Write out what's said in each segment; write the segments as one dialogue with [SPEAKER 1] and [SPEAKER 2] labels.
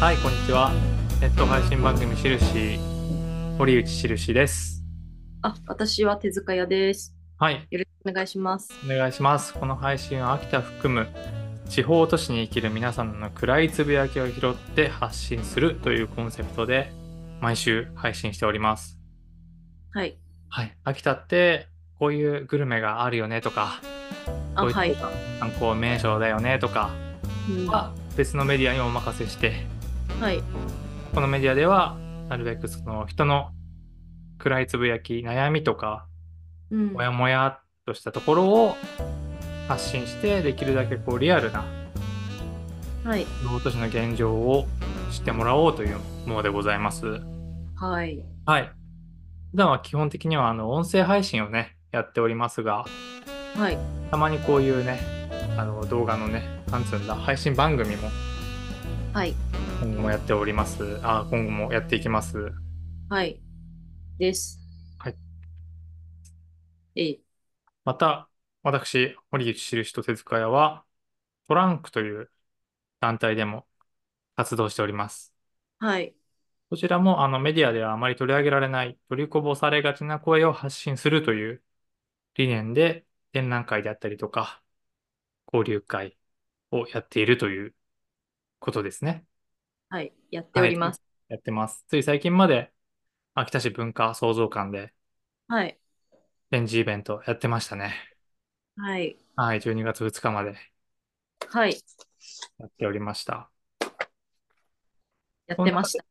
[SPEAKER 1] はい、こんにちは。ネット配信番組しるし、堀内しるしです。
[SPEAKER 2] あ、私は手塚屋です。
[SPEAKER 1] はい、
[SPEAKER 2] よろしくお願いします。
[SPEAKER 1] お願いします。この配信は秋田含む地方都市に生きる皆さんの暗いつぶやきを拾って発信するというコンセプトで毎週配信しております。
[SPEAKER 2] はい。
[SPEAKER 1] はい、秋田ってこういうグルメがあるよねとか、
[SPEAKER 2] あ、
[SPEAKER 1] こういった
[SPEAKER 2] はい。
[SPEAKER 1] 観光名所だよねとか、
[SPEAKER 2] うん
[SPEAKER 1] は別のメディアにお任せして
[SPEAKER 2] はい。
[SPEAKER 1] このメディアではなるべくその人の暗いつぶやき悩みとか
[SPEAKER 2] うん
[SPEAKER 1] モヤモヤっとしたところを発信してできるだけこうリアルな
[SPEAKER 2] はい。
[SPEAKER 1] 地方都市の現状を知ってもらおうというものでございます。
[SPEAKER 2] はい。
[SPEAKER 1] はい。普段は基本的にはあの音声配信をねやっておりますが
[SPEAKER 2] はい。
[SPEAKER 1] たまにこういうねあの動画のねなんつうんだ配信番組も
[SPEAKER 2] はい。
[SPEAKER 1] 今後もやっておりますあ今後もやっていきます
[SPEAKER 2] はい。です。
[SPEAKER 1] はい。
[SPEAKER 2] ええ。
[SPEAKER 1] また、私、堀内印と手塚屋は、トランクという団体でも活動しております。
[SPEAKER 2] はい。
[SPEAKER 1] こちらもあのメディアではあまり取り上げられない、取りこぼされがちな声を発信するという理念で、展覧会であったりとか、交流会をやっているということですね。
[SPEAKER 2] はい。やっております。
[SPEAKER 1] やってます。つい最近まで、秋田市文化創造館で
[SPEAKER 2] はい。
[SPEAKER 1] 展示イベントやってましたね。
[SPEAKER 2] はい。
[SPEAKER 1] はい、12月2日まで
[SPEAKER 2] はい。
[SPEAKER 1] やっておりました。
[SPEAKER 2] やってました。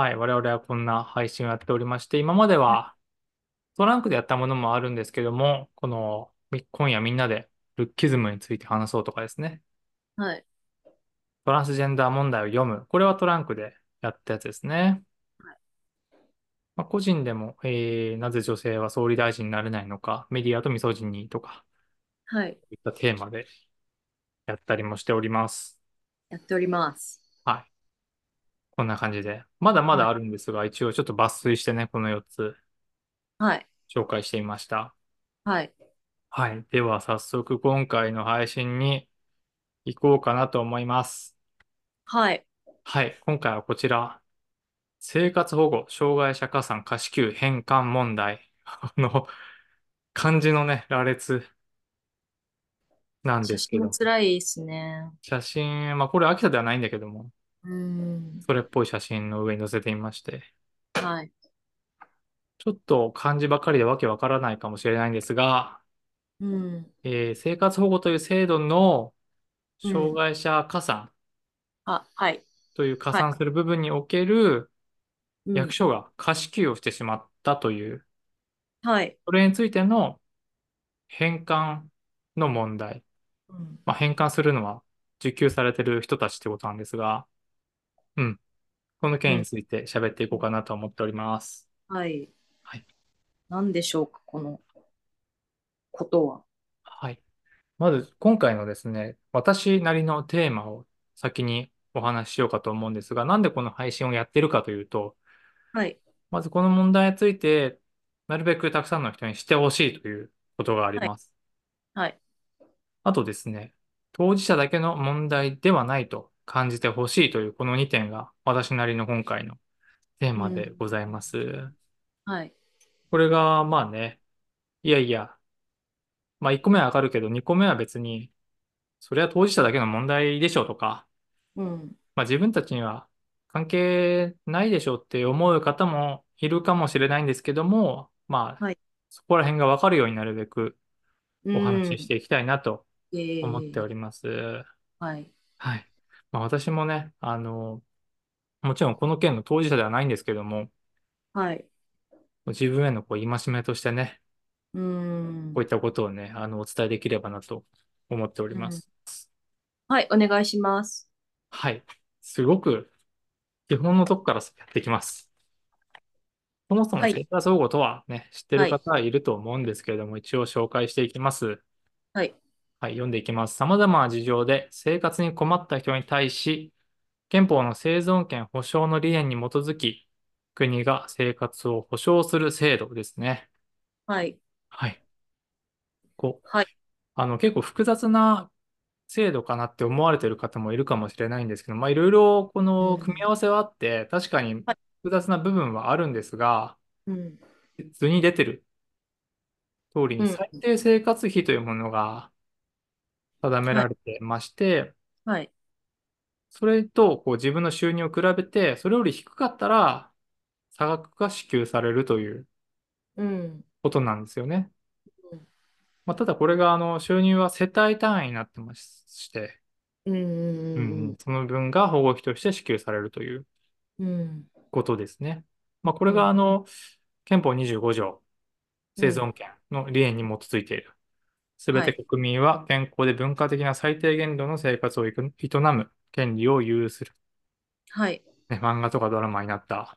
[SPEAKER 1] はい、我々はこんな配信をやっておりまして、今まではトランクでやったものもあるんですけども、このみ今夜みんなでルッキズムについて話そうとかですね、
[SPEAKER 2] はい。
[SPEAKER 1] トランスジェンダー問題を読む、これはトランクでやったやつですね。まあ、個人でも、えーなぜ女性は総理大臣になれないのか、メディアとミソジニーとか、
[SPEAKER 2] はい。
[SPEAKER 1] いったテーマでやったりもしております。
[SPEAKER 2] やっております。
[SPEAKER 1] はい。こんな感じで。まだまだあるんですが、一応ちょっと抜粋してね、この4つ
[SPEAKER 2] はい。
[SPEAKER 1] 紹介してみました。
[SPEAKER 2] はい。
[SPEAKER 1] はい。では、早速今回の配信に行こうかなと思います。
[SPEAKER 2] はい。
[SPEAKER 1] はい。今回はこちら。生活保護、障害者加算、貸し給、返還問題。 あの、漢字のね、羅列なんで
[SPEAKER 2] 写
[SPEAKER 1] すけ
[SPEAKER 2] 真
[SPEAKER 1] ど
[SPEAKER 2] も。辛いですね。
[SPEAKER 1] 写真、まあこれ秋田ではないんだけども、
[SPEAKER 2] うん。
[SPEAKER 1] それっぽい写真の上に載せてみまして。
[SPEAKER 2] はい。
[SPEAKER 1] ちょっと漢字ばかりでわけわからないかもしれないんですが、
[SPEAKER 2] うん。
[SPEAKER 1] えー生活保護という制度の
[SPEAKER 2] うん
[SPEAKER 1] 障害者加算、
[SPEAKER 2] あ、はい。
[SPEAKER 1] という加算する部分における
[SPEAKER 2] うん
[SPEAKER 1] 役所が貸し給をしてしまったという、
[SPEAKER 2] はい。
[SPEAKER 1] それについての返還の問題。
[SPEAKER 2] うん
[SPEAKER 1] まあ、返還するのは受給されてる人たちってことなんですが、うん。この件について喋っていこうかなと思っております。
[SPEAKER 2] はい。
[SPEAKER 1] はい。
[SPEAKER 2] 何でしょうか、このことは。
[SPEAKER 1] はい。まず、今回のですね、私なりのテーマを先にお話ししようかと思うんですが、なんでこの配信をやってるかというと、
[SPEAKER 2] はい。
[SPEAKER 1] まずこの問題について、なるべくたくさんの人に知ってほしいということがあります。
[SPEAKER 2] はい。
[SPEAKER 1] あとですね、当事者だけの問題ではないと感じてほしいというこの2点が私なりの今回のテーマでございます。
[SPEAKER 2] はい。
[SPEAKER 1] これがまあね、いやいや、まあ1個目はわかるけど2個目は別に、それは当事者だけの問題でしょうとか、
[SPEAKER 2] うん。
[SPEAKER 1] まあ、自分たちには関係ないでしょうって思う方もいるかもしれないんですけども、まあ
[SPEAKER 2] はい、
[SPEAKER 1] そこら辺がわかるようになるべくお話ししてていきたいなと思ってお
[SPEAKER 2] り
[SPEAKER 1] ります。
[SPEAKER 2] はい。
[SPEAKER 1] はい。まあ、私もね、あの、もちろんこの件の当事者ではないんですけども、
[SPEAKER 2] はい。
[SPEAKER 1] 自分へのこう戒めとしてね、
[SPEAKER 2] うーん
[SPEAKER 1] こう。いったことをね、あの、お伝えできればなと思っております。
[SPEAKER 2] はい、お願いします。
[SPEAKER 1] はい。すごく基本のとこからやっていきます。そもそも
[SPEAKER 2] はい
[SPEAKER 1] 生活保護とはね、知ってる
[SPEAKER 2] はい
[SPEAKER 1] 方はいると思うんですけれども、一応紹介していきます。
[SPEAKER 2] はい。
[SPEAKER 1] はい、読んでいきます。様々な事情で生活に困った人に対し、憲法の生存権保障の理念に基づき、国が生活を保障する制度ですね。
[SPEAKER 2] はい。
[SPEAKER 1] はい。こう、
[SPEAKER 2] はい
[SPEAKER 1] あの、結構複雑な制度かなって思われてる方もいるかもしれないんですけど、まあ、いろいろこ
[SPEAKER 2] う
[SPEAKER 1] の組み合
[SPEAKER 2] ん。
[SPEAKER 1] わせはあって、確かに
[SPEAKER 2] はい
[SPEAKER 1] 複雑な部分はあるんですが、
[SPEAKER 2] うん。
[SPEAKER 1] 図に出てる通り
[SPEAKER 2] う
[SPEAKER 1] に
[SPEAKER 2] ん。
[SPEAKER 1] 最低生活費というものが定め
[SPEAKER 2] は
[SPEAKER 1] ら
[SPEAKER 2] い。
[SPEAKER 1] れてまして、
[SPEAKER 2] はい。
[SPEAKER 1] それとこう自分の収入を比べて、それより低かったら差額が支給されるという
[SPEAKER 2] うん。
[SPEAKER 1] ことなんですよね。
[SPEAKER 2] うん。
[SPEAKER 1] まあ、ただこれがあの収入は世帯単位になってまして、
[SPEAKER 2] うん。
[SPEAKER 1] う
[SPEAKER 2] うん。
[SPEAKER 1] うんん、その分が保護費として支給されるという
[SPEAKER 2] うん。
[SPEAKER 1] ことですね。まあ、これ
[SPEAKER 2] う
[SPEAKER 1] が
[SPEAKER 2] ん。
[SPEAKER 1] あの憲法25条
[SPEAKER 2] う
[SPEAKER 1] 生
[SPEAKER 2] ん
[SPEAKER 1] 存権の理念に基づいている。すべ
[SPEAKER 2] は
[SPEAKER 1] て
[SPEAKER 2] い。
[SPEAKER 1] 国民は健康で文化的な最低限度の生活を営む権利を有する。
[SPEAKER 2] はい。
[SPEAKER 1] ね、漫画とかドラマになった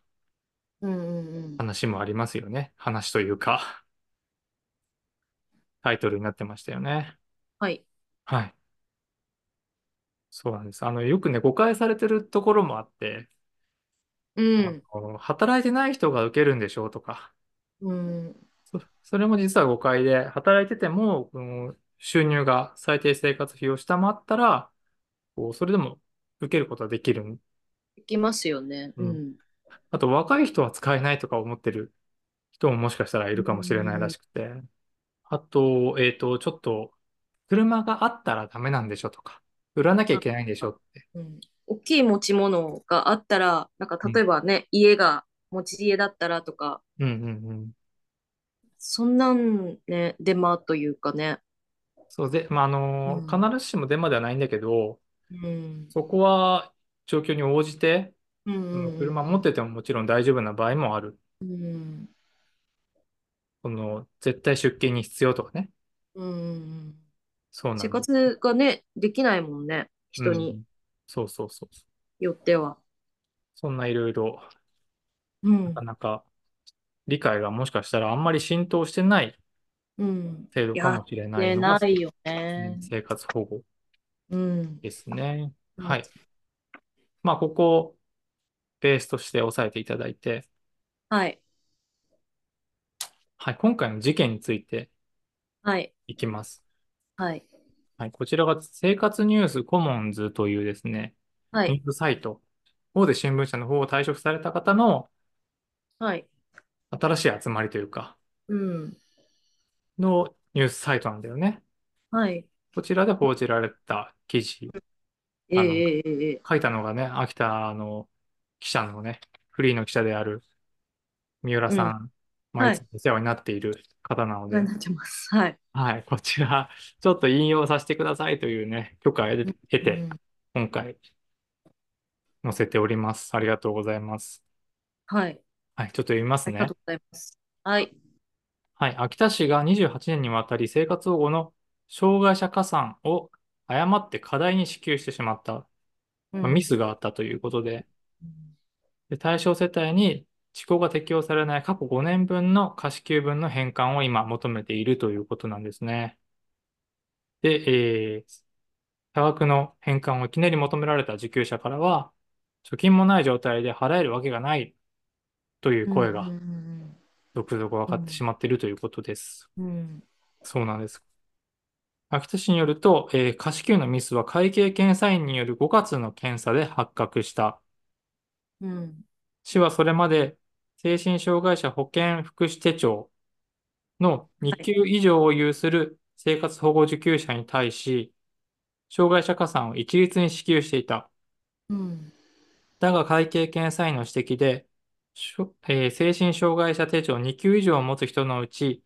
[SPEAKER 2] うんうんうん。
[SPEAKER 1] 話もありますよね。話というか、タイトルになってましたよね。
[SPEAKER 2] はい。
[SPEAKER 1] はい。そうなんです。あの、よくね、誤解されてるところもあって、
[SPEAKER 2] う
[SPEAKER 1] あ
[SPEAKER 2] ん。
[SPEAKER 1] の働いてない人が受けるんでしょうとか、
[SPEAKER 2] うん。
[SPEAKER 1] そ、それも実は誤解で、働いてても、この収入が最低生活費を下回ったら、こう、それでも受けることはできる。
[SPEAKER 2] できますよね。
[SPEAKER 1] う。
[SPEAKER 2] うんん。
[SPEAKER 1] あと、若い人は使えないとか思ってる人ももしかしたらいうるかもしれないら
[SPEAKER 2] ん。
[SPEAKER 1] しくて。あと、えっと、ちょっと、車があったらダメなんでしょとか、売らなきゃい
[SPEAKER 2] あ
[SPEAKER 1] けないんでしょって。
[SPEAKER 2] うん、大きい持ち物があったら、なんか
[SPEAKER 1] うん、
[SPEAKER 2] 例えばね、家が持ち家だったらとか、
[SPEAKER 1] うん、うん、うん。
[SPEAKER 2] そんなんね、デマというかね。
[SPEAKER 1] そうで、まあ、あ
[SPEAKER 2] う
[SPEAKER 1] の、必
[SPEAKER 2] ん。
[SPEAKER 1] ずしもデマではないんだけど、
[SPEAKER 2] うん。
[SPEAKER 1] そこは状況に応じて、
[SPEAKER 2] うんう
[SPEAKER 1] その
[SPEAKER 2] ん
[SPEAKER 1] 車持っててももちろん大丈夫な場合もある。
[SPEAKER 2] うん。うん
[SPEAKER 1] その、絶対出勤に必要とかね。
[SPEAKER 2] うんうん
[SPEAKER 1] そうな
[SPEAKER 2] 生
[SPEAKER 1] んです。
[SPEAKER 2] 活がね、できないもん
[SPEAKER 1] う
[SPEAKER 2] ね。人に
[SPEAKER 1] ん。そうそうそうそう。
[SPEAKER 2] よっては。
[SPEAKER 1] そんないろいろ、
[SPEAKER 2] う
[SPEAKER 1] なか
[SPEAKER 2] ん。
[SPEAKER 1] なか理解がもしかしたらあんまり浸透してない
[SPEAKER 2] うん。
[SPEAKER 1] 制度
[SPEAKER 2] い
[SPEAKER 1] か
[SPEAKER 2] や、
[SPEAKER 1] もしれない
[SPEAKER 2] ね、
[SPEAKER 1] のが、
[SPEAKER 2] ないよ
[SPEAKER 1] うん
[SPEAKER 2] ね。
[SPEAKER 1] 生活保護
[SPEAKER 2] うん。
[SPEAKER 1] ですね。
[SPEAKER 2] う
[SPEAKER 1] は
[SPEAKER 2] ん。
[SPEAKER 1] い。まあ、ここをベースとして押さえていただいて、
[SPEAKER 2] はい。
[SPEAKER 1] はい、今回の事件について
[SPEAKER 2] はい。
[SPEAKER 1] いきます。
[SPEAKER 2] はい。
[SPEAKER 1] はい、こちらが生活ニュースコモンズというですね、
[SPEAKER 2] は
[SPEAKER 1] ニ
[SPEAKER 2] い。
[SPEAKER 1] ュースサイト、大手新聞社の方を退職された方の
[SPEAKER 2] はい。
[SPEAKER 1] 新しい集まりというか、
[SPEAKER 2] うん。
[SPEAKER 1] のニュースサイトなんだよね。
[SPEAKER 2] はい。
[SPEAKER 1] こちらで報じられた記事、
[SPEAKER 2] え
[SPEAKER 1] あの、
[SPEAKER 2] えええええ
[SPEAKER 1] 書いたのがね、秋田の記者のね、フリーの記者である三浦
[SPEAKER 2] う
[SPEAKER 1] さ
[SPEAKER 2] ん。
[SPEAKER 1] ん、まあ、い
[SPEAKER 2] は
[SPEAKER 1] つ
[SPEAKER 2] い。
[SPEAKER 1] もお世話になっている方なので、
[SPEAKER 2] ななってます。はい。
[SPEAKER 1] はい、こちら、ちょっと引用させてくださいというね、許可を得
[SPEAKER 2] うん。
[SPEAKER 1] て、得
[SPEAKER 2] う
[SPEAKER 1] て
[SPEAKER 2] ん
[SPEAKER 1] 今回載せております。ありがとうございます。
[SPEAKER 2] はい。
[SPEAKER 1] はい、ちょっと読みま
[SPEAKER 2] あ
[SPEAKER 1] す
[SPEAKER 2] りが
[SPEAKER 1] ね。
[SPEAKER 2] とうございます。はい。
[SPEAKER 1] はい、秋田市が28年にわたり生活保護の障害者加算を誤って過大に支給してしまった、
[SPEAKER 2] う
[SPEAKER 1] まあミ
[SPEAKER 2] ん。
[SPEAKER 1] スがあったということで、
[SPEAKER 2] うん
[SPEAKER 1] で対象世帯に支給が適用されない過去5年分の貸給分の返還を今求めているということなんですね。で、えー多額の返還をいきなり求められた受給者からは、貯金もない状態で払えるわけがないという
[SPEAKER 2] う
[SPEAKER 1] 声が
[SPEAKER 2] ん。
[SPEAKER 1] 続々上
[SPEAKER 2] う
[SPEAKER 1] がってし
[SPEAKER 2] ん。
[SPEAKER 1] まっているということです。
[SPEAKER 2] うん。
[SPEAKER 1] そうなんです。秋田市によると、えー過支給のミスは会計検査院による5月の検査で発覚した。
[SPEAKER 2] うん。
[SPEAKER 1] 市はそれまで精神障害者保健福祉手帳の2
[SPEAKER 2] はい。
[SPEAKER 1] 級以上を有する生活保護受給者に対し、障害者加算を一律に支給していた。
[SPEAKER 2] うん。
[SPEAKER 1] だが会計検査院の指摘で、しょえー精神障害者手帳2級以上を持つ人のうち、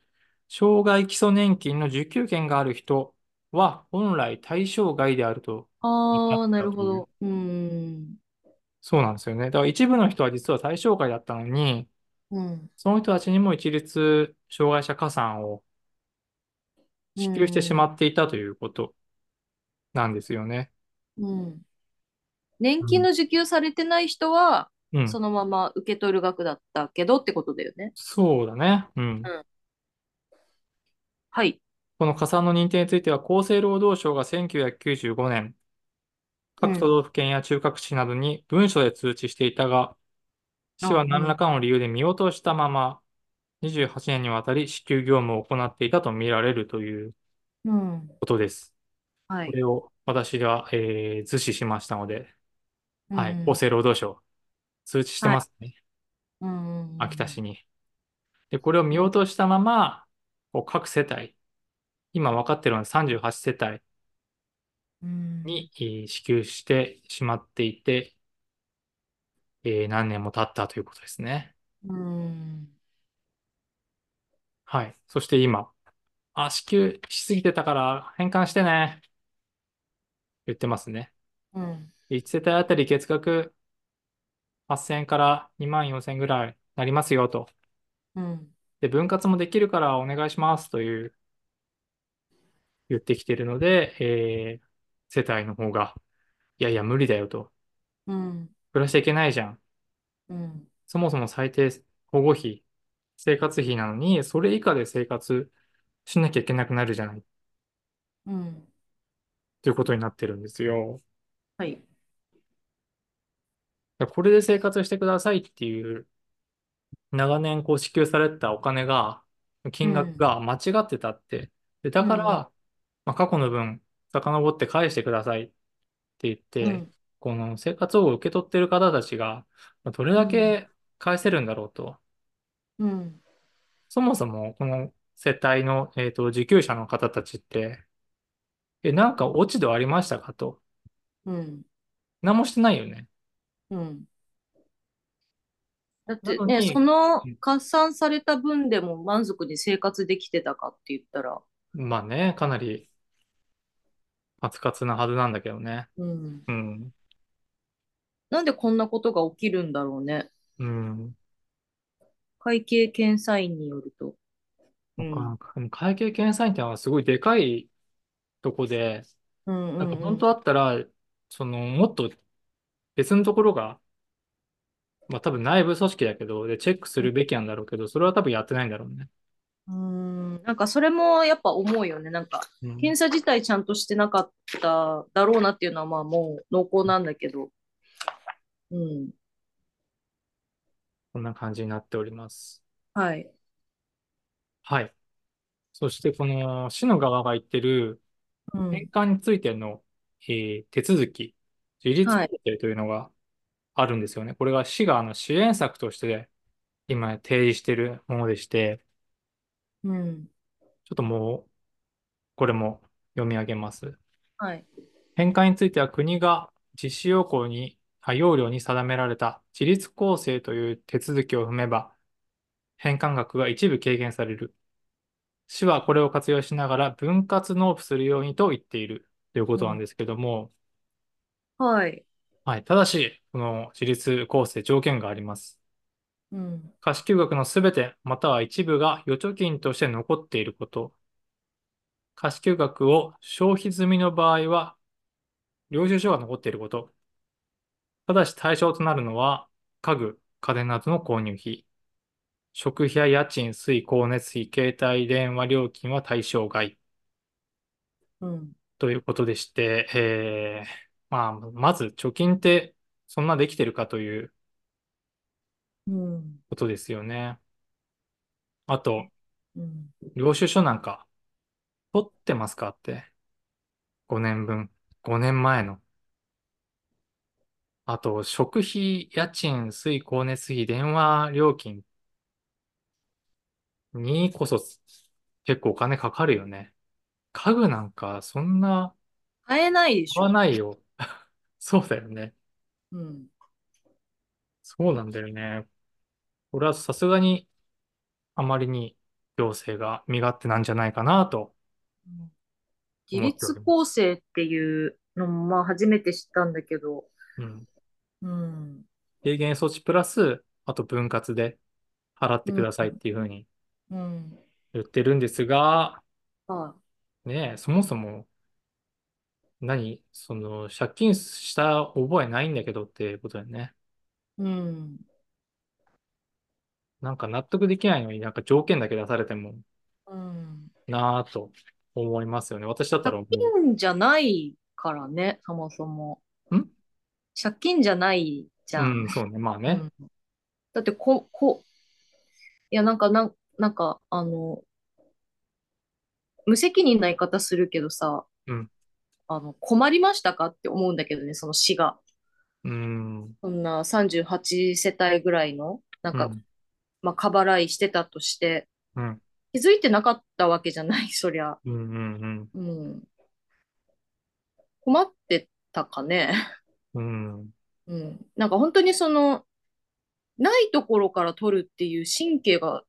[SPEAKER 1] 障害基礎年金の受給権がある人は本来対象外であると分か
[SPEAKER 2] あ
[SPEAKER 1] っ
[SPEAKER 2] あ、な
[SPEAKER 1] た
[SPEAKER 2] る
[SPEAKER 1] と
[SPEAKER 2] ほ
[SPEAKER 1] いう。
[SPEAKER 2] ど。うん。
[SPEAKER 1] そうなんですよね。だから一部の人は実は対象外だったのに、
[SPEAKER 2] うん。
[SPEAKER 1] その人たちにも一律障害者加算を
[SPEAKER 2] う
[SPEAKER 1] 支給してし
[SPEAKER 2] ん。
[SPEAKER 1] まっていたということなんですよね。
[SPEAKER 2] うん。
[SPEAKER 1] う
[SPEAKER 2] 年金
[SPEAKER 1] ん。
[SPEAKER 2] の受給されてない人は、
[SPEAKER 1] う
[SPEAKER 2] そ
[SPEAKER 1] ん。
[SPEAKER 2] のまま受け取る額だったけどってことだよね。
[SPEAKER 1] そうだね。うん。
[SPEAKER 2] うん。はい。
[SPEAKER 1] この加算の認定については、厚生労働省が1995年、
[SPEAKER 2] う
[SPEAKER 1] 各都
[SPEAKER 2] ん。
[SPEAKER 1] 道府県や中核市などに文書で通知していたが、市は
[SPEAKER 2] あ、う
[SPEAKER 1] 何ら
[SPEAKER 2] ん。
[SPEAKER 1] かの理由で見落としたまま、28年にわたり支給業務を行っていたとみられるという
[SPEAKER 2] うん。
[SPEAKER 1] ことです。こ
[SPEAKER 2] はい。
[SPEAKER 1] れを私が、えー、図示しましたので、
[SPEAKER 2] う
[SPEAKER 1] はい、厚
[SPEAKER 2] ん。
[SPEAKER 1] 生労働省、通知して
[SPEAKER 2] は
[SPEAKER 1] ま
[SPEAKER 2] い。
[SPEAKER 1] すね。
[SPEAKER 2] うん。う
[SPEAKER 1] 秋田市
[SPEAKER 2] ん
[SPEAKER 1] に。で、これを見落としたまま、こう各世帯、今分かってるのは38世帯
[SPEAKER 2] うん。
[SPEAKER 1] に、えー支給してしまっていて、えー何年も経ったということですね。
[SPEAKER 2] うん。
[SPEAKER 1] はい。そして今、あ、支給しすぎてたから返還してね、言ってますね。
[SPEAKER 2] うん。
[SPEAKER 1] 1世帯あたり月額8000円から2万4000円ぐらいなりますよと。
[SPEAKER 2] うん。
[SPEAKER 1] で、分割もできるからお願いしますという言ってきてるので、えー世帯の方が、いやいや無理だよと。
[SPEAKER 2] うん。
[SPEAKER 1] 暮らしちゃいけないじゃん。
[SPEAKER 2] うん。
[SPEAKER 1] そもそも最低保護費、生活費なのに、それ以下で生活しなきゃいけなくなるじゃない
[SPEAKER 2] うん
[SPEAKER 1] ということになってるんですよ。
[SPEAKER 2] はい。
[SPEAKER 1] だからこれで生活してくださいっていう長年こう支給されてたお金が、
[SPEAKER 2] う
[SPEAKER 1] 金額
[SPEAKER 2] ん。
[SPEAKER 1] が間違ってたって。で、だ
[SPEAKER 2] う
[SPEAKER 1] から、
[SPEAKER 2] ん。
[SPEAKER 1] まあ、過去の分、遡って返してくださいって言っ
[SPEAKER 2] う
[SPEAKER 1] て、
[SPEAKER 2] ん。
[SPEAKER 1] この生活を受け取ってる方たちが、まあどれ
[SPEAKER 2] う
[SPEAKER 1] だ
[SPEAKER 2] ん。
[SPEAKER 1] け返せるんだろうと。
[SPEAKER 2] うん。
[SPEAKER 1] そもそも、この世帯の、えっと、受給者の方たちって、え、なんか落ち度ありましたかと。
[SPEAKER 2] うん。
[SPEAKER 1] 何もしてないよね。
[SPEAKER 2] うんだ
[SPEAKER 1] な
[SPEAKER 2] って
[SPEAKER 1] の
[SPEAKER 2] ね、そ
[SPEAKER 1] に、
[SPEAKER 2] の
[SPEAKER 1] うん
[SPEAKER 2] 加算された分でも満足に生活できてたかって言ったら、
[SPEAKER 1] まあね、かなりカツカツなはずなんだけどね。
[SPEAKER 2] うん。
[SPEAKER 1] うん。
[SPEAKER 2] なんでこんなことが起きるんだろうね。
[SPEAKER 1] うん。
[SPEAKER 2] 会計検査院によると。う
[SPEAKER 1] なんか
[SPEAKER 2] ん。
[SPEAKER 1] なんか会計検査院ってのはすごいでかいとこで、
[SPEAKER 2] うんう
[SPEAKER 1] なんか
[SPEAKER 2] んう
[SPEAKER 1] 本当
[SPEAKER 2] ん。
[SPEAKER 1] だったら、その、もっと別のところが、まあ多分内部組織だけど、で、チェックするべきなんだろうけど、それは多分やってないんだろうね。
[SPEAKER 2] うん、なんかそれもやっぱ思うよね。なんか
[SPEAKER 1] うん。
[SPEAKER 2] 検査自体ちゃんとしてなかっただろうなっていうのはまあもう濃厚なんだけど。うん。
[SPEAKER 1] こんな感じになっております。
[SPEAKER 2] はい。
[SPEAKER 1] はい。そしてこの市の側が言ってる
[SPEAKER 2] う
[SPEAKER 1] 返
[SPEAKER 2] ん。
[SPEAKER 1] 還についての、えー手続き、自立
[SPEAKER 2] は
[SPEAKER 1] 協
[SPEAKER 2] い。
[SPEAKER 1] 定というのがあるんですよね。これが市があの支援策として今提示しているものでして、
[SPEAKER 2] うん。
[SPEAKER 1] ちょっともうこれも読み上げます。
[SPEAKER 2] はい。
[SPEAKER 1] 返還については国が実施要項に、あ、要領に定められた自立構成という手続きを踏めば返還額が一部軽減される。市はこれを活用しながら分割納付するようにと言っているというこ
[SPEAKER 2] う
[SPEAKER 1] となん
[SPEAKER 2] ん。
[SPEAKER 1] ですけども、
[SPEAKER 2] はい。
[SPEAKER 1] はい、ただし、この自立構成条件があります。
[SPEAKER 2] うん。
[SPEAKER 1] 貸付額のすべてまたは一部が預貯金として残っていること、貸付額を消費済みの場合は領収書が残っていること、ただし対象となるのは家具、家電などの購入費、食費や家賃、水、光熱費、携帯電話料金は対象外。
[SPEAKER 2] うん。
[SPEAKER 1] ということでして、えーまあ、まず貯金ってそんなできてるかという
[SPEAKER 2] うん。
[SPEAKER 1] ことですよね。あと、
[SPEAKER 2] うん。
[SPEAKER 1] 領収書なんか取ってますかって。5年分。5年前の。あと、食費、家賃、水、光熱費、電話料金にこそ結構お金かかるよね。家具なんかそんな
[SPEAKER 2] 買えないでし
[SPEAKER 1] 買わ
[SPEAKER 2] ょ。
[SPEAKER 1] ないよ。 そうだよね。
[SPEAKER 2] うん。
[SPEAKER 1] そうなんだよね。これはさすがにあまりに行政が身勝手なんじゃないかなと
[SPEAKER 2] うん自
[SPEAKER 1] 思ってお
[SPEAKER 2] 立
[SPEAKER 1] りま
[SPEAKER 2] 構
[SPEAKER 1] す。
[SPEAKER 2] 成っていうのもまあ初めて知ったんだけど。
[SPEAKER 1] うん。
[SPEAKER 2] うん。
[SPEAKER 1] 軽減措置プラス、あと分割で払って
[SPEAKER 2] う
[SPEAKER 1] く
[SPEAKER 2] ん。
[SPEAKER 1] ださいっていうふうに
[SPEAKER 2] うん。
[SPEAKER 1] 言ってるんですが、
[SPEAKER 2] はい。
[SPEAKER 1] ねえ、そもそも何、その借金した覚えないんだけどっていうことだよね。
[SPEAKER 2] うん。
[SPEAKER 1] なんか納得できないのになんか条件だけ出されても
[SPEAKER 2] うん。
[SPEAKER 1] なぁと思いますよね。私だった
[SPEAKER 2] 借
[SPEAKER 1] らも
[SPEAKER 2] 金じゃないからね、そもそも。
[SPEAKER 1] う、ん
[SPEAKER 2] 借金じゃないじゃ
[SPEAKER 1] う
[SPEAKER 2] ん。
[SPEAKER 1] ん、そうね。まあ
[SPEAKER 2] う
[SPEAKER 1] ね。
[SPEAKER 2] ん。だって、こ、こ、いや、なんか、なん、なんか、あの、無責任な言い方するけどさ、
[SPEAKER 1] うん。
[SPEAKER 2] あの、困りましたかって思うんだけどね、その市が。
[SPEAKER 1] うーん。
[SPEAKER 2] そんな38世帯ぐらいの、なん
[SPEAKER 1] う
[SPEAKER 2] か、
[SPEAKER 1] ん。
[SPEAKER 2] まあ、過払いしてたとして、
[SPEAKER 1] うん。
[SPEAKER 2] 気づいてなかったわけじゃない、そりゃ。
[SPEAKER 1] うん。うん
[SPEAKER 2] うん。困ってたかね。
[SPEAKER 1] うん。うん。
[SPEAKER 2] うん。なんか本当にその、ないところから取るっていう神経が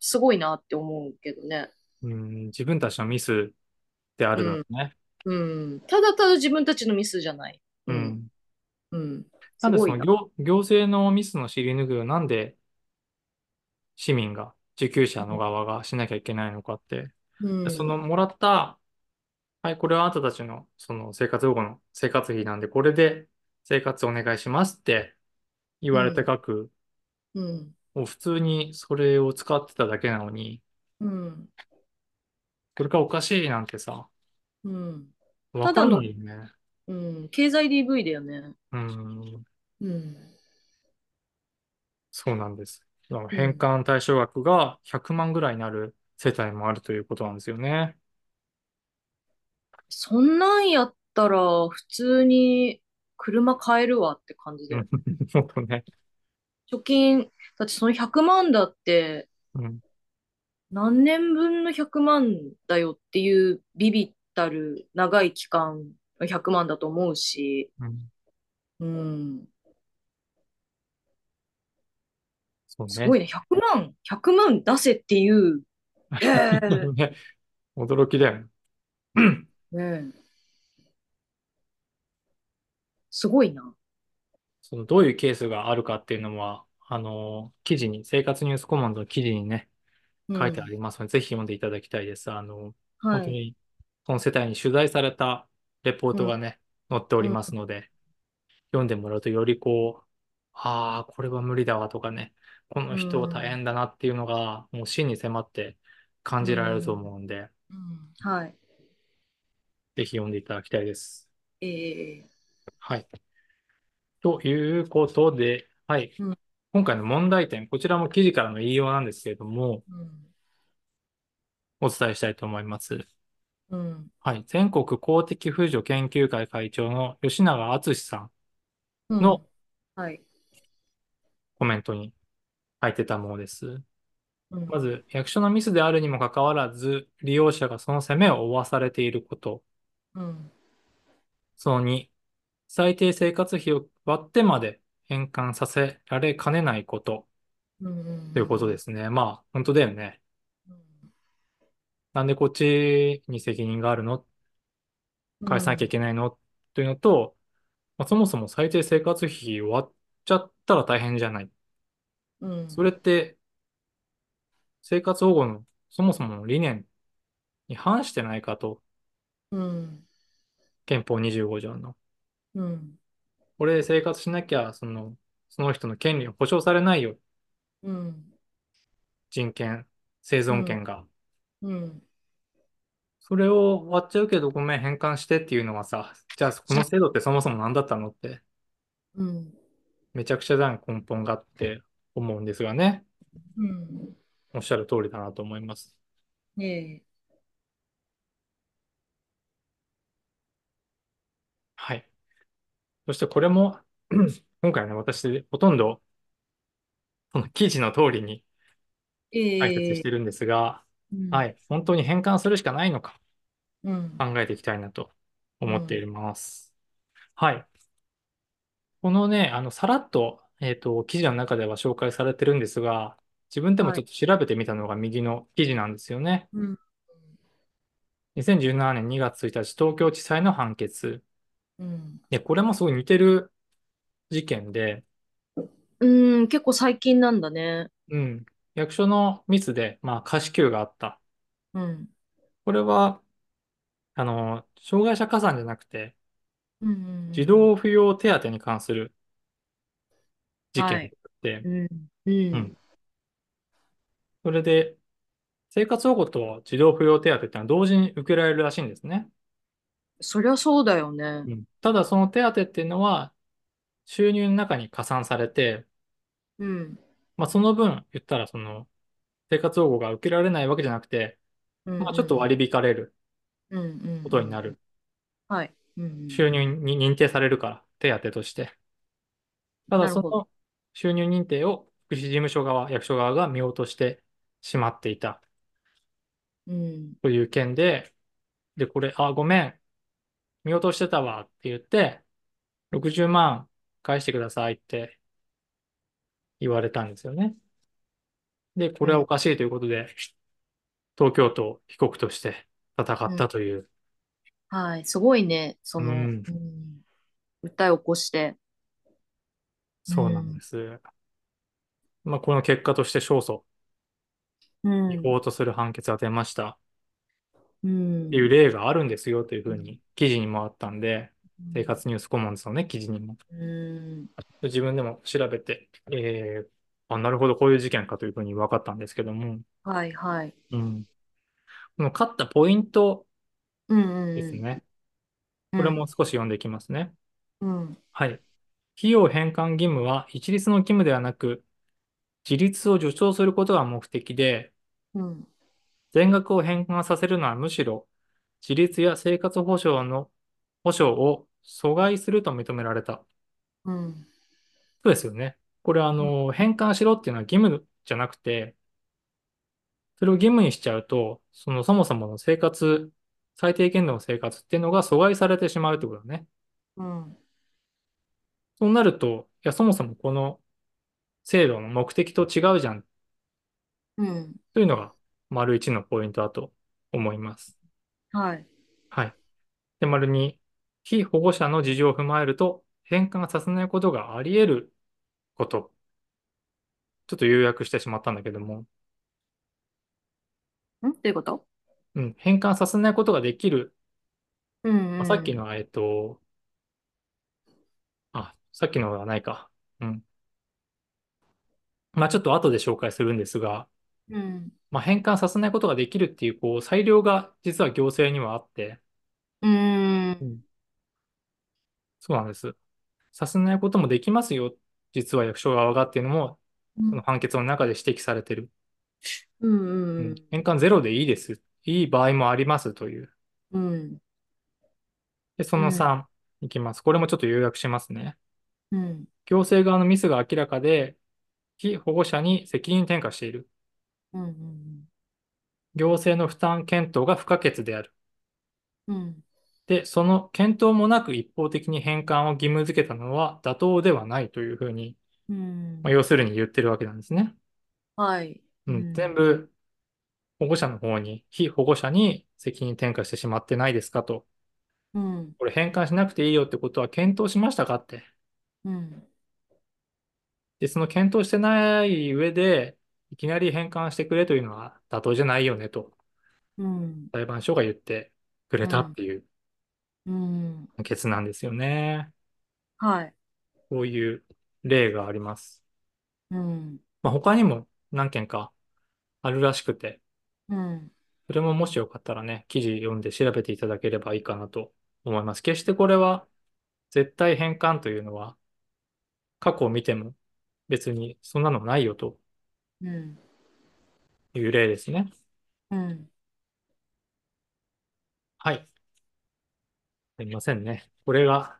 [SPEAKER 2] すごいなって思うけどね。
[SPEAKER 1] うん自分たちのミスであ
[SPEAKER 2] う
[SPEAKER 1] るの
[SPEAKER 2] ん。
[SPEAKER 1] ね。
[SPEAKER 2] うん。ただただ自分たちのミスじゃない。
[SPEAKER 1] う
[SPEAKER 2] うん。
[SPEAKER 1] ん。
[SPEAKER 2] うん。
[SPEAKER 1] な
[SPEAKER 2] す
[SPEAKER 1] んで
[SPEAKER 2] ご
[SPEAKER 1] その
[SPEAKER 2] いな。
[SPEAKER 1] 行、行政のミスの尻拭いをなんで市民が、受給者の側がしなきゃいけないのかって。
[SPEAKER 2] う
[SPEAKER 1] でそ
[SPEAKER 2] ん。
[SPEAKER 1] のもらった、はい、これはあなたたちの、その生活保護の生活費なんで、これで生活お願いしますって言
[SPEAKER 2] う
[SPEAKER 1] われて
[SPEAKER 2] ん。
[SPEAKER 1] 書く、
[SPEAKER 2] うん。
[SPEAKER 1] もう普通にそれを使ってただけなのに、
[SPEAKER 2] うん。
[SPEAKER 1] これがおかしいなんてさ、
[SPEAKER 2] うん
[SPEAKER 1] わ
[SPEAKER 2] た
[SPEAKER 1] か
[SPEAKER 2] だ
[SPEAKER 1] んな
[SPEAKER 2] の、
[SPEAKER 1] いよね。
[SPEAKER 2] うん、経済 DV だよね。
[SPEAKER 1] うん、
[SPEAKER 2] うん。
[SPEAKER 1] そうなんです。あの
[SPEAKER 2] う
[SPEAKER 1] 返
[SPEAKER 2] ん。
[SPEAKER 1] 還対象額が100万ぐらいになる世帯もあるということなんですよね。
[SPEAKER 2] そんなんやったら、普通に車買えるわって感じだ
[SPEAKER 1] う
[SPEAKER 2] よ
[SPEAKER 1] ん、
[SPEAKER 2] ね。
[SPEAKER 1] ほんとね。
[SPEAKER 2] 貯金、だってその100万だって、
[SPEAKER 1] うん、
[SPEAKER 2] 何年分の100万だよっていうビビったる長い期間の100万だと思うし、
[SPEAKER 1] うん、
[SPEAKER 2] うん、
[SPEAKER 1] そう
[SPEAKER 2] すご
[SPEAKER 1] ね。
[SPEAKER 2] いね。100万、100万出せっていう。 へえ。
[SPEAKER 1] ね、 驚きだよね。うん
[SPEAKER 2] ねえ、すごいな。
[SPEAKER 1] そのどういうケースがあるかっていうのは、あの、記事に、生活ニュースコモンズの記事にね、
[SPEAKER 2] う
[SPEAKER 1] 書いてあ
[SPEAKER 2] ん。
[SPEAKER 1] りますので、ぜひ読んでいただきたいです。あの、本
[SPEAKER 2] は
[SPEAKER 1] 当
[SPEAKER 2] い。
[SPEAKER 1] に、その世帯に取材されたレポー
[SPEAKER 2] う
[SPEAKER 1] ト
[SPEAKER 2] ん。
[SPEAKER 1] がね、載っており
[SPEAKER 2] うん。
[SPEAKER 1] ますので、読んでもらうとよりこう、ああ、これは無理だわとかね、こ
[SPEAKER 2] う
[SPEAKER 1] の人大
[SPEAKER 2] ん。
[SPEAKER 1] 変だなっていうのが、もう真に迫って感
[SPEAKER 2] う
[SPEAKER 1] じられると
[SPEAKER 2] ん。
[SPEAKER 1] 思うんで、
[SPEAKER 2] うんはい。
[SPEAKER 1] ぜひ読んでいただきたいです。
[SPEAKER 2] ええ。
[SPEAKER 1] はい。ということで、はい。
[SPEAKER 2] うん。
[SPEAKER 1] 今回の問題点、こちらも記事からの引用なんですけれども、
[SPEAKER 2] うん
[SPEAKER 1] お伝えしたいと思います。
[SPEAKER 2] うん。
[SPEAKER 1] はい。全国公的扶助研究会会長の吉永敦さん
[SPEAKER 2] う
[SPEAKER 1] の
[SPEAKER 2] ん。はい。
[SPEAKER 1] コメントに書いてたものです。
[SPEAKER 2] う
[SPEAKER 1] ま
[SPEAKER 2] ん。
[SPEAKER 1] ず、役所のミスであるにもかかわらず、利用者がその責めを負わされていること。
[SPEAKER 2] うん。
[SPEAKER 1] その2、最低生活費を割ってまで返還させられかねないこと。
[SPEAKER 2] うん。うんう
[SPEAKER 1] ということで
[SPEAKER 2] ん
[SPEAKER 1] すね。まあ、本当だよね。
[SPEAKER 2] うん
[SPEAKER 1] なんでこっちに責任があるの
[SPEAKER 2] う
[SPEAKER 1] 返さなきゃい
[SPEAKER 2] ん
[SPEAKER 1] けないのというのと、まあ、そもそも最低生活費終わっちゃったら大変じゃない。
[SPEAKER 2] う
[SPEAKER 1] そ
[SPEAKER 2] ん
[SPEAKER 1] れって生活保護のそもそもの理念に反してないかと、
[SPEAKER 2] うん
[SPEAKER 1] 憲法25条の。
[SPEAKER 2] うん
[SPEAKER 1] これで生活しなきゃ、その、その人の権利を保障されないよ。
[SPEAKER 2] うん
[SPEAKER 1] 人権、生
[SPEAKER 2] う
[SPEAKER 1] 存
[SPEAKER 2] ん
[SPEAKER 1] 権が。
[SPEAKER 2] うん
[SPEAKER 1] それを割っちゃうけどごめん返還してっていうのはさ、じゃあこの制度ってそもそも何だったのって
[SPEAKER 2] うん
[SPEAKER 1] めちゃくちゃじゃん根本があって思うんですがね。
[SPEAKER 2] うん
[SPEAKER 1] おっしゃる通りだなと思います。
[SPEAKER 2] ええ
[SPEAKER 1] はい。そしてこれも、 今回ね、私、ほとんど、その記事の通りに解説
[SPEAKER 2] え
[SPEAKER 1] し
[SPEAKER 2] え
[SPEAKER 1] てるんですが、
[SPEAKER 2] う
[SPEAKER 1] は
[SPEAKER 2] ん
[SPEAKER 1] い。本当に返還するしかないのか
[SPEAKER 2] うん
[SPEAKER 1] 考えていきたいなと
[SPEAKER 2] う
[SPEAKER 1] 思ってい
[SPEAKER 2] ん
[SPEAKER 1] ます。はい。このね、あの、さらっと、えっと、記事の中では紹介されてるんですが、自分でも
[SPEAKER 2] は
[SPEAKER 1] ちょっ
[SPEAKER 2] い
[SPEAKER 1] と調べてみたのが右の記事なんですよね。
[SPEAKER 2] うん
[SPEAKER 1] 2017年2月1日、東京地裁の判決。
[SPEAKER 2] うん
[SPEAKER 1] で、これもすごい似てる事件で、
[SPEAKER 2] うん結構最近なんだね
[SPEAKER 1] うん。役所のミスで、まあ、過支給があった。
[SPEAKER 2] うん
[SPEAKER 1] これは、あの、障害者加算じゃなくて、
[SPEAKER 2] うんう
[SPEAKER 1] 児
[SPEAKER 2] んう
[SPEAKER 1] 童
[SPEAKER 2] ん
[SPEAKER 1] 扶養手当に関する事
[SPEAKER 2] は
[SPEAKER 1] 件
[SPEAKER 2] い
[SPEAKER 1] で、
[SPEAKER 2] うんう
[SPEAKER 1] うん。
[SPEAKER 2] ん
[SPEAKER 1] それで、生活保護と児童扶養手当ってのは同時に受けられるらしいんですね。
[SPEAKER 2] そりゃそうだよね
[SPEAKER 1] うん。ただ、その手当っていうのは、収入の中に加算されて、
[SPEAKER 2] うん
[SPEAKER 1] まあ、その分、言ったら、その、生活保護が受けられないわけじゃなくて、
[SPEAKER 2] うん
[SPEAKER 1] まあ、
[SPEAKER 2] う
[SPEAKER 1] ちょっと
[SPEAKER 2] ん
[SPEAKER 1] 割り引かれる
[SPEAKER 2] うんうん
[SPEAKER 1] ことに
[SPEAKER 2] う
[SPEAKER 1] なん
[SPEAKER 2] うん
[SPEAKER 1] る。
[SPEAKER 2] はいうん。
[SPEAKER 1] 収入に認定されるから、手当として。ただ
[SPEAKER 2] なる
[SPEAKER 1] そ
[SPEAKER 2] ほど。
[SPEAKER 1] の収入認定を福祉事務所側、役所側が見落としてしまっていた
[SPEAKER 2] うん。
[SPEAKER 1] という件で、で、これ、あ、ごめん、見落としてたわって言って、60万返してくださいって言われたんですよね。で、こ
[SPEAKER 2] う
[SPEAKER 1] れは
[SPEAKER 2] ん。
[SPEAKER 1] おかしいということで、東京都被告として戦
[SPEAKER 2] う
[SPEAKER 1] っ
[SPEAKER 2] ん。
[SPEAKER 1] たという。
[SPEAKER 2] はい。すごいね。そうの、
[SPEAKER 1] ん、
[SPEAKER 2] うん。訴えを起こして。う
[SPEAKER 1] そうなんで
[SPEAKER 2] ん。
[SPEAKER 1] す。まあ、この結果として勝訴、
[SPEAKER 2] う
[SPEAKER 1] 違
[SPEAKER 2] ん。
[SPEAKER 1] 法とする判決が出ました。
[SPEAKER 2] う。
[SPEAKER 1] っていうん例があるんですよというふ
[SPEAKER 2] う。
[SPEAKER 1] うんに記事にもあったんで、
[SPEAKER 2] う
[SPEAKER 1] 生
[SPEAKER 2] ん。
[SPEAKER 1] 活ニュースコモンズのね、記事にも。
[SPEAKER 2] うん
[SPEAKER 1] 自分でも調べて、えー、あ、なるほど、こういう事件かというふうに分かったんですけども、
[SPEAKER 2] はい、はい。
[SPEAKER 1] うん。この勝ったポイント
[SPEAKER 2] うん、
[SPEAKER 1] です
[SPEAKER 2] うん
[SPEAKER 1] ね。
[SPEAKER 2] う
[SPEAKER 1] これも
[SPEAKER 2] ん、
[SPEAKER 1] 少し読んでいきますね。
[SPEAKER 2] うん、うん。
[SPEAKER 1] はい。費用返還義務は一律の義務ではなく、自立を助長することが目的で、
[SPEAKER 2] うん、
[SPEAKER 1] 全額を返還させるのはむしろ、自立や生活保障の、保障を阻害すると認められた。
[SPEAKER 2] うん、
[SPEAKER 1] そうですよね。これ、あ
[SPEAKER 2] うん、
[SPEAKER 1] の、返還しろっていうのは義務じゃなくて、それを義務にしちゃうと、そのそもそもの生活、最低限度の生活っていうのが阻害されてしまうってことだね。
[SPEAKER 2] うん、
[SPEAKER 1] そうなると、いや、そもそもこの制度の目的と違うじゃん
[SPEAKER 2] うん。
[SPEAKER 1] というのが、丸一のポイントだと思います。
[SPEAKER 2] はい。
[SPEAKER 1] はい。で、丸二、被保護者の事情を踏まえると、返還させないことがあり得ること。ちょっと要約してしまったんだけども、
[SPEAKER 2] んっていうこと
[SPEAKER 1] うん、返還させないことができる。
[SPEAKER 2] う
[SPEAKER 1] まあ、さっ
[SPEAKER 2] ん、う
[SPEAKER 1] き
[SPEAKER 2] ん、
[SPEAKER 1] のは、えっと、あ、さっきのはないか。うん。まあ、ちょっと後で紹介するんですが、
[SPEAKER 2] うん、
[SPEAKER 1] まあ、返還させないことができるっていう、こう、裁量が実は行政にはあって、
[SPEAKER 2] うん、う、
[SPEAKER 1] うんんそうなんです。させないこともできますよ。実は役所側がっていうのも、
[SPEAKER 2] う
[SPEAKER 1] この
[SPEAKER 2] ん、
[SPEAKER 1] 判決の中で指摘されてる。
[SPEAKER 2] う、
[SPEAKER 1] うんん。返還ゼロでいいです。いい場合もありますという。
[SPEAKER 2] うん、
[SPEAKER 1] で、そうの
[SPEAKER 2] ん、
[SPEAKER 1] 3、いきます。これもちょっと要約しますね。
[SPEAKER 2] うん、
[SPEAKER 1] 行政側のミスが明らかで、被保護者に責任転嫁している。
[SPEAKER 2] うん、
[SPEAKER 1] 行政の負担検討が不可欠である。
[SPEAKER 2] うん、
[SPEAKER 1] で、その検討もなく一方的に返還を義務付けたのは妥当ではないというふうに、
[SPEAKER 2] う
[SPEAKER 1] まあ、
[SPEAKER 2] ん、
[SPEAKER 1] 要するに言ってるわけなんですね。
[SPEAKER 2] はい。
[SPEAKER 1] う、
[SPEAKER 2] うん
[SPEAKER 1] 全
[SPEAKER 2] ん、
[SPEAKER 1] 部保護者の方に、被保護者に責任転嫁してしまってないですかと。
[SPEAKER 2] うん、
[SPEAKER 1] これ返還しなくていいよってことは検討しましたかって。
[SPEAKER 2] うん、
[SPEAKER 1] で、その検討してない上で、いきなり返還してくれというのは妥当じゃないよねと
[SPEAKER 2] うん、
[SPEAKER 1] 裁判所が言ってくれ
[SPEAKER 2] う
[SPEAKER 1] たっ
[SPEAKER 2] ん、
[SPEAKER 1] ていう
[SPEAKER 2] うん、
[SPEAKER 1] 判決なんですよね。
[SPEAKER 2] はい。
[SPEAKER 1] こういう例があります。
[SPEAKER 2] うん、
[SPEAKER 1] まあ、他にも何件かあるらしくて、
[SPEAKER 2] うん、
[SPEAKER 1] それももしよかったらね、記事読んで調べていただければいいかなと思います。決してこれは絶対返還というのは過去を見ても別にそんなのないよと
[SPEAKER 2] うん、
[SPEAKER 1] いう例ですね。
[SPEAKER 2] うん。
[SPEAKER 1] はい。すみませんね。これが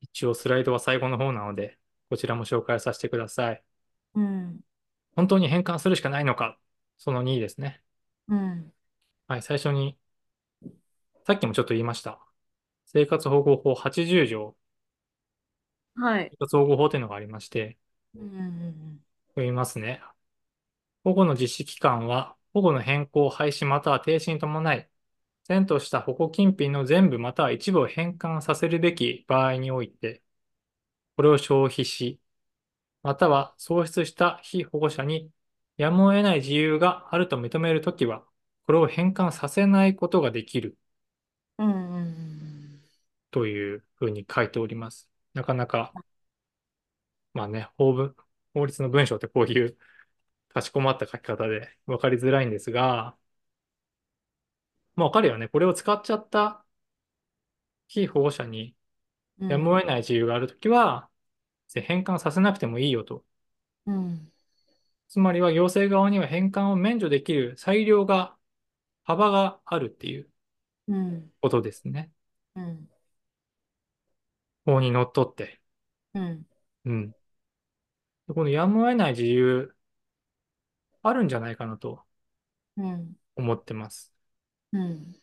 [SPEAKER 1] 一応スライドは最後の方なので、こちらも紹介させてください。
[SPEAKER 2] うん
[SPEAKER 1] 本当に返還するしかないのか、その2ですね。
[SPEAKER 2] うん
[SPEAKER 1] はい、最初に、さっきもちょっと言いました。生活保護法80条、
[SPEAKER 2] はい。
[SPEAKER 1] 生活保護法というのがありまして、
[SPEAKER 2] うんうん
[SPEAKER 1] 読みますね。保護の実施期間は、保護の変更、廃止または停止に伴い、前とした保護金品の全部または一部を返還させるべき場合において、これを消費し、または喪失した被保護者にやむを得ない自由があると認めるときは、これを返還させないことができる
[SPEAKER 2] うんうんうんうん
[SPEAKER 1] というふうに書いております。なかなか、まあね、法文、法律の文章ってこういうかしこまった書き方で分かりづらいんですが、まあわかるよね。これを使っちゃった被保護者に
[SPEAKER 2] う
[SPEAKER 1] やむを
[SPEAKER 2] ん
[SPEAKER 1] 得ない自由があるときは、返還させなくてもいいよと。
[SPEAKER 2] うん
[SPEAKER 1] つまりは行政側には返還を免除できる裁量が、幅があるっていう
[SPEAKER 2] うん
[SPEAKER 1] ことですね。
[SPEAKER 2] うん
[SPEAKER 1] 法にのっとって、
[SPEAKER 2] うん。
[SPEAKER 1] うん。でこのやむを得ない自由、あるんじゃないかなと
[SPEAKER 2] うん。
[SPEAKER 1] 思ってます。
[SPEAKER 2] うん。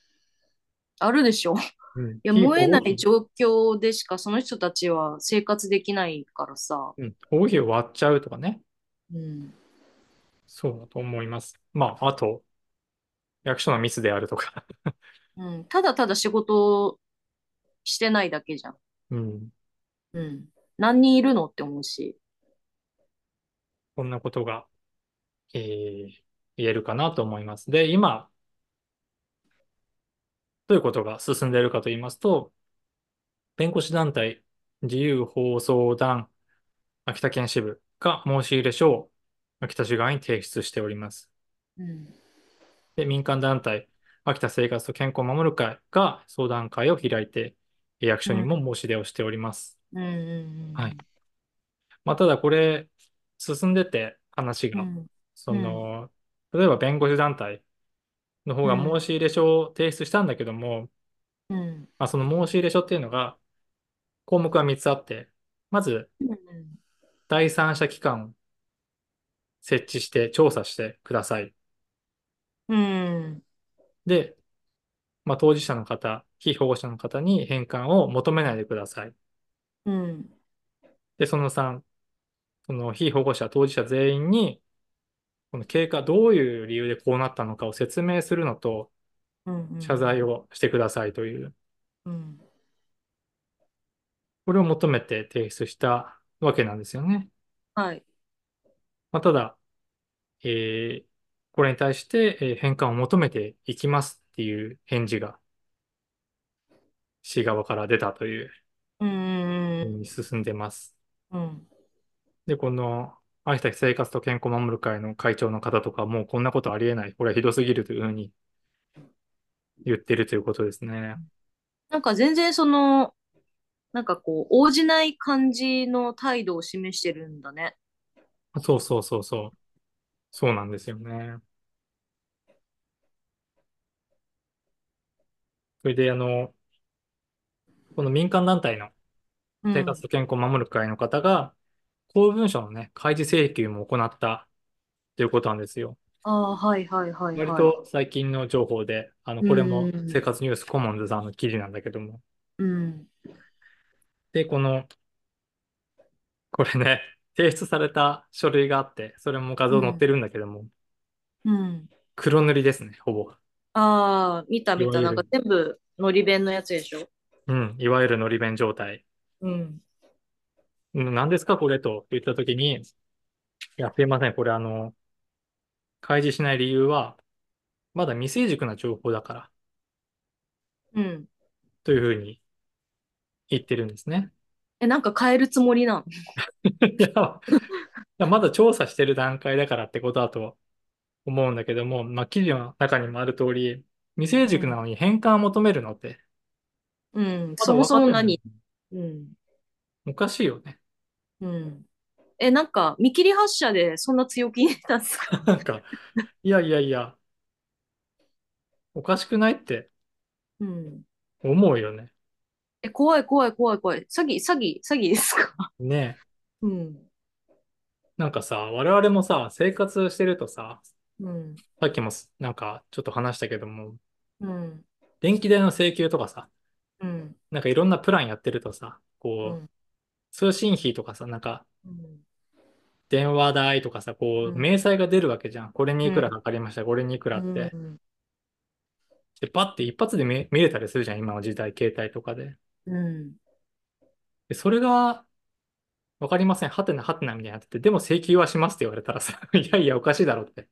[SPEAKER 2] あるでしょ。
[SPEAKER 1] うん。
[SPEAKER 2] いや、
[SPEAKER 1] 非
[SPEAKER 2] 燃え
[SPEAKER 1] 合
[SPEAKER 2] ない
[SPEAKER 1] 否。
[SPEAKER 2] 状況でしかその人たちは生活できないからさ。
[SPEAKER 1] うん。合否を割っちゃうとかね。
[SPEAKER 2] うん。
[SPEAKER 1] そうだと思います。まあ、あと、役所のミスであるとか。
[SPEAKER 2] うん。ただただ仕事をしてないだけじゃん。
[SPEAKER 1] うん。
[SPEAKER 2] うん。何人いるのって思うし。
[SPEAKER 1] こんなことが、えー言えるかなと思います。で、今、どういうことが進んでいるかと言いますと、弁護士団体、自由放送団、秋田県支部が申し入れ書を秋田市側に提出しております。
[SPEAKER 2] うん。
[SPEAKER 1] で、民間団体、秋田生活と健康を守る会が相談会を開いて、役
[SPEAKER 2] う
[SPEAKER 1] 所に
[SPEAKER 2] ん。
[SPEAKER 1] も申し出をしております。
[SPEAKER 2] うん。
[SPEAKER 1] はい。まあ、ただこれ、進んでて話
[SPEAKER 2] うん。う
[SPEAKER 1] が、
[SPEAKER 2] ん。
[SPEAKER 1] そ
[SPEAKER 2] うん。
[SPEAKER 1] の、例えば弁護士団体の方
[SPEAKER 2] う
[SPEAKER 1] が
[SPEAKER 2] ん。
[SPEAKER 1] 申し入れ書を提出したんだけども、
[SPEAKER 2] うん。
[SPEAKER 1] まあ、その申し入れ書っていうのが、項目が3つあって、まず、
[SPEAKER 2] うん
[SPEAKER 1] 第三者機関を設置して調査してください。
[SPEAKER 2] うん。
[SPEAKER 1] で、まあ、当事者の方、被保護者の方に返還を求めないでください。
[SPEAKER 2] うん。
[SPEAKER 1] で、その3、その被保護者、当事者全員に、この経過、どういう理由でこうなったのかを説明するのと、
[SPEAKER 2] うんう
[SPEAKER 1] 謝罪
[SPEAKER 2] ん
[SPEAKER 1] をしてくださいという、
[SPEAKER 2] うん。
[SPEAKER 1] これを求めて提出したわけなんですよね。
[SPEAKER 2] はい。
[SPEAKER 1] まあ、ただ、えーこれに対して、えー返還を求めていきますっていう返事が、市側から出たという
[SPEAKER 2] う
[SPEAKER 1] ふうんに進んでます。
[SPEAKER 2] うんうん
[SPEAKER 1] で、この、秋田生活と健康を守る会の会長の方とか、もうこんなことありえない、これはひどすぎるというふうに言ってるということですね。
[SPEAKER 2] なんか全然その、なんかこう、応じない感じの態度を示してるんだね。
[SPEAKER 1] そうそうそうそう。そうなんですよね。それで、あの、この民間団体の
[SPEAKER 2] う
[SPEAKER 1] 生活
[SPEAKER 2] ん。
[SPEAKER 1] と健康を守る会の方が、公文書のね、開示請求も行ったということなんですよ。
[SPEAKER 2] ああ、はいはいはい
[SPEAKER 1] 割
[SPEAKER 2] はい。
[SPEAKER 1] と最近の情報で、あの、
[SPEAKER 2] う
[SPEAKER 1] これも
[SPEAKER 2] ん。
[SPEAKER 1] 生活ニュースコモンズさんの記事なんだけども。
[SPEAKER 2] うん。
[SPEAKER 1] で、この、これね、提出された書類があって、それも画
[SPEAKER 2] う
[SPEAKER 1] 像載って
[SPEAKER 2] ん。
[SPEAKER 1] るんだけども、
[SPEAKER 2] うん。
[SPEAKER 1] 黒塗りですね、ほぼ。
[SPEAKER 2] ああ、見た
[SPEAKER 1] い
[SPEAKER 2] 見
[SPEAKER 1] わ
[SPEAKER 2] た。
[SPEAKER 1] ゆ
[SPEAKER 2] なんか
[SPEAKER 1] る、
[SPEAKER 2] 全部、のり弁のやつでしょ。
[SPEAKER 1] うん、いわゆるのり弁状態。
[SPEAKER 2] うん。
[SPEAKER 1] うん何ですか、これと言ったときに、いや、すいません、これあの、開示しない理由は、まだ未成熟な情報だから、
[SPEAKER 2] うん。
[SPEAKER 1] というふうに言ってるんですね。
[SPEAKER 2] え、なんか変えるつもりなの。
[SPEAKER 1] いや、いやまだ調査してる段階だからってことだと思うんだけども、まあ、記事の中にもある通り、未成
[SPEAKER 2] う。
[SPEAKER 1] 熟なんのに返還を求めるのって、
[SPEAKER 2] うん。
[SPEAKER 1] まだ
[SPEAKER 2] そも
[SPEAKER 1] 分か
[SPEAKER 2] そ
[SPEAKER 1] っ
[SPEAKER 2] も
[SPEAKER 1] てない。
[SPEAKER 2] 何うん。
[SPEAKER 1] おかしいよね。
[SPEAKER 2] うん。え、なんか、見切り発車でそんな強気に出たんです か
[SPEAKER 1] なんか、いやいやいや、おかしくないって
[SPEAKER 2] うん。
[SPEAKER 1] 思うよね。
[SPEAKER 2] え、怖い怖い怖い怖い。詐欺、詐欺、詐欺ですか
[SPEAKER 1] ねえ。
[SPEAKER 2] うん。
[SPEAKER 1] なんかさ、我々もさ、生活してるとさ、
[SPEAKER 2] うん。
[SPEAKER 1] さっきもすなんかちょっと話したけども、
[SPEAKER 2] うん。
[SPEAKER 1] 電気代の請求とかさ、
[SPEAKER 2] うん。
[SPEAKER 1] なんかいろんなプランやってるとさ、
[SPEAKER 2] う
[SPEAKER 1] こう、
[SPEAKER 2] ん。
[SPEAKER 1] 通信費とかさ、なんか
[SPEAKER 2] うん。
[SPEAKER 1] 電話代とかさ、こ
[SPEAKER 2] う
[SPEAKER 1] う、
[SPEAKER 2] ん。
[SPEAKER 1] 明細が出るわけじゃん。これに
[SPEAKER 2] う
[SPEAKER 1] いくら
[SPEAKER 2] ん。
[SPEAKER 1] かかりました、これにいく
[SPEAKER 2] う
[SPEAKER 1] らって。
[SPEAKER 2] ん。
[SPEAKER 1] で、パッて一発で見、見れたりするじゃん、今の時代、携帯とかで。
[SPEAKER 2] うん
[SPEAKER 1] で、それが、わかりません、はてなはてなみたいになってて、でも請求はしますって言われたらさ、 いやいや、おかしいだろって。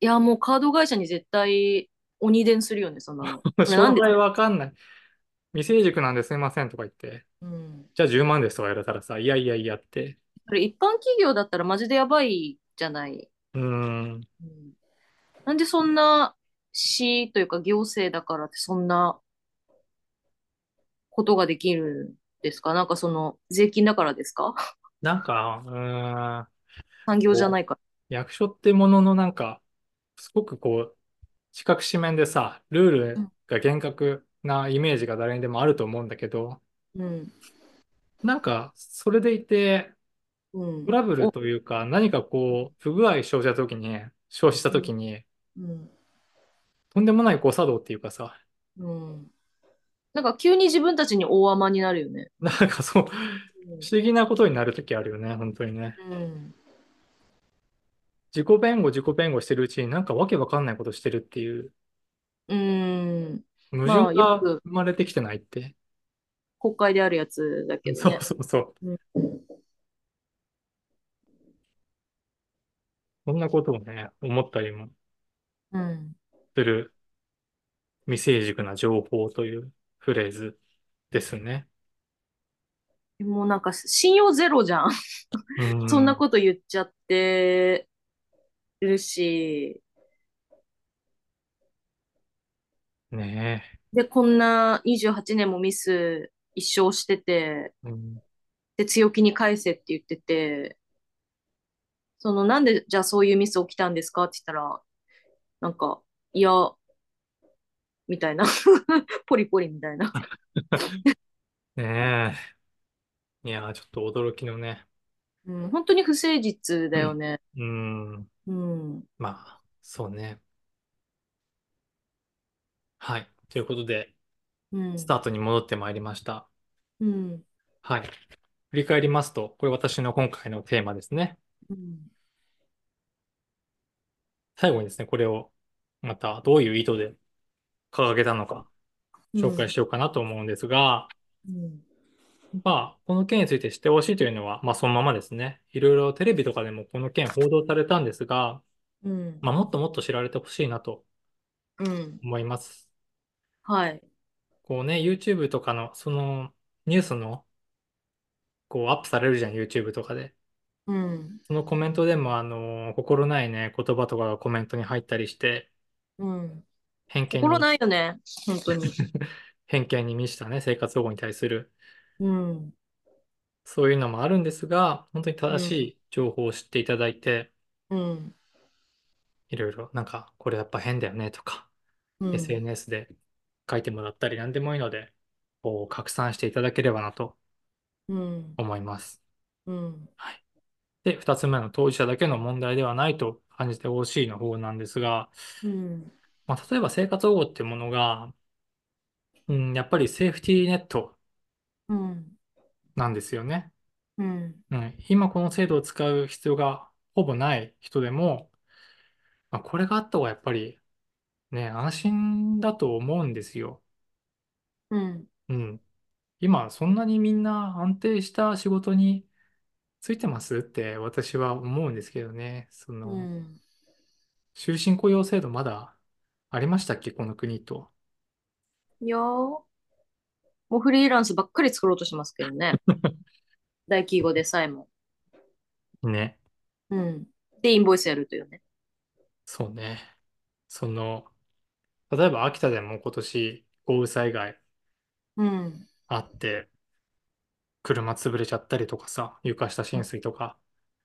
[SPEAKER 2] いや、もうカード会社に絶対鬼伝するよね、そんなの。これ
[SPEAKER 1] 詳
[SPEAKER 2] 何です
[SPEAKER 1] 細
[SPEAKER 2] か
[SPEAKER 1] わかんない。未成熟なんですいませんとか言って、
[SPEAKER 2] うん。
[SPEAKER 1] じゃあ10万ですとか言われたらさ、いやいやいやって、
[SPEAKER 2] それ一般企業だったらマジでやばいじゃない。
[SPEAKER 1] うーん、
[SPEAKER 2] うん。なんでそんな市というか行政だからってそんなことができるんですかなんかその税金だからですか
[SPEAKER 1] なんか、うーん、
[SPEAKER 2] 産業じゃ
[SPEAKER 1] こ
[SPEAKER 2] ないか
[SPEAKER 1] う、
[SPEAKER 2] ら。
[SPEAKER 1] 役所ってもののなんか、すごくこう、四角四面でさ、ルー
[SPEAKER 2] う
[SPEAKER 1] ル
[SPEAKER 2] ん。
[SPEAKER 1] が厳格なイメージが誰にでもあると思うんだけど、
[SPEAKER 2] うん。
[SPEAKER 1] なんか、それでいて、
[SPEAKER 2] う
[SPEAKER 1] ト
[SPEAKER 2] ん。
[SPEAKER 1] ラブル
[SPEAKER 2] お、
[SPEAKER 1] というか、何かこう、不具合生じたときに、生じた
[SPEAKER 2] う
[SPEAKER 1] と
[SPEAKER 2] ん。
[SPEAKER 1] きに、
[SPEAKER 2] うん。
[SPEAKER 1] とんでもない誤作動っていうかさ、
[SPEAKER 2] うんなんか急に自分たちに大甘になるよね。
[SPEAKER 1] なんかそう、不思議なことになるときあるよね、本当にね。
[SPEAKER 2] うん。うん
[SPEAKER 1] 自己弁護、自己弁護してるうちになんかわけわかんないことしてるっていう、
[SPEAKER 2] うん。
[SPEAKER 1] 矛盾
[SPEAKER 2] まあ、よ
[SPEAKER 1] が生
[SPEAKER 2] く
[SPEAKER 1] まれてきてないって。
[SPEAKER 2] 国会であるやつだけど
[SPEAKER 1] そう
[SPEAKER 2] ね。
[SPEAKER 1] そうそう。
[SPEAKER 2] うん。
[SPEAKER 1] そんなことをね、思ったりも
[SPEAKER 2] うん。
[SPEAKER 1] する未成熟な情報というフレーズですね。
[SPEAKER 2] もうなんか信用ゼロじゃん。
[SPEAKER 1] う。
[SPEAKER 2] そんなんこと言っちゃってるし、
[SPEAKER 1] ね
[SPEAKER 2] で、こんな28年もミス一生してて、
[SPEAKER 1] え。うん。
[SPEAKER 2] で、強気に返せって言ってて、その、なんでじゃあそういうミス起きたんですかって言ったら、なんか、いや、みたいな。 ポリポリみたいな。
[SPEAKER 1] ねえ。いやー、ちょっと驚きのね。
[SPEAKER 2] うん、本当に不誠実だよね。
[SPEAKER 1] うん。
[SPEAKER 2] うん。
[SPEAKER 1] まあ、そうね。はい。ということで、
[SPEAKER 2] う
[SPEAKER 1] ス
[SPEAKER 2] ん。
[SPEAKER 1] タートに戻ってまいりました。
[SPEAKER 2] うん。
[SPEAKER 1] はい。振り返りますと、これ私の今回のテーマですね。
[SPEAKER 2] うん。
[SPEAKER 1] 最後にですね、これをまたどういう意図で掲げたのか
[SPEAKER 2] う
[SPEAKER 1] 紹介
[SPEAKER 2] ん。
[SPEAKER 1] しようかなと思うんですが、
[SPEAKER 2] うん。
[SPEAKER 1] まあ、この件について知ってほしいというのは、まあそのままですね。いろいろテレビとかでもこの件報道されたんですが、
[SPEAKER 2] うん。
[SPEAKER 1] まあもっともっと知られてほしいなと
[SPEAKER 2] うん
[SPEAKER 1] 思います。
[SPEAKER 2] はい。
[SPEAKER 1] こうね、YouTube とかの、そのニュースの、こうアップされるじゃん、YouTube とかで。
[SPEAKER 2] うん。
[SPEAKER 1] そのコメントでも、あの、心ないね、言葉とかがコメントに入ったりして、
[SPEAKER 2] うん。
[SPEAKER 1] 偏見
[SPEAKER 2] 心
[SPEAKER 1] に、
[SPEAKER 2] ないよね。本当に。
[SPEAKER 1] 偏見に満ちたね、生活保護に対する、
[SPEAKER 2] うん。
[SPEAKER 1] そういうのもあるんですが、本当に
[SPEAKER 2] う
[SPEAKER 1] 正し
[SPEAKER 2] ん。
[SPEAKER 1] い情報を知っていただいて、
[SPEAKER 2] うん。
[SPEAKER 1] いろいろ、なんか、これやっぱ変だよねとか、
[SPEAKER 2] うん。
[SPEAKER 1] SNS で書いてもらったり、なんでもいいので、こう、拡散していただければなと
[SPEAKER 2] うん。
[SPEAKER 1] 思います。
[SPEAKER 2] うん。
[SPEAKER 1] はいで、2つ目の当事者だけの問題ではないと感じてほしいの方なんですが、
[SPEAKER 2] うん。
[SPEAKER 1] まあ、例えば生活保護ってものが、うん、やっぱりセーフティーネット
[SPEAKER 2] うん。
[SPEAKER 1] なんですよね。
[SPEAKER 2] うん。
[SPEAKER 1] うん、今この制度を使う必要がほぼない人でも、まあ、これがあった方がやっぱりね、安心だと思うんですよ。
[SPEAKER 2] うん。
[SPEAKER 1] うん。今そんなにみんな安定した仕事についてますって私は思うんですけどね。そうの、
[SPEAKER 2] ん。
[SPEAKER 1] 終身雇用制度まだありましたっけこの国と。
[SPEAKER 2] いやー、もうフリーランスばっかり作ろうとしてますけど ね。大企業でさえも。
[SPEAKER 1] ね。
[SPEAKER 2] うん。で、インボイスやるというね。
[SPEAKER 1] そうね。その、例えば秋田でも今年豪雨災害
[SPEAKER 2] うん。
[SPEAKER 1] あって、車潰れちゃったりとかさ、床下浸水とか、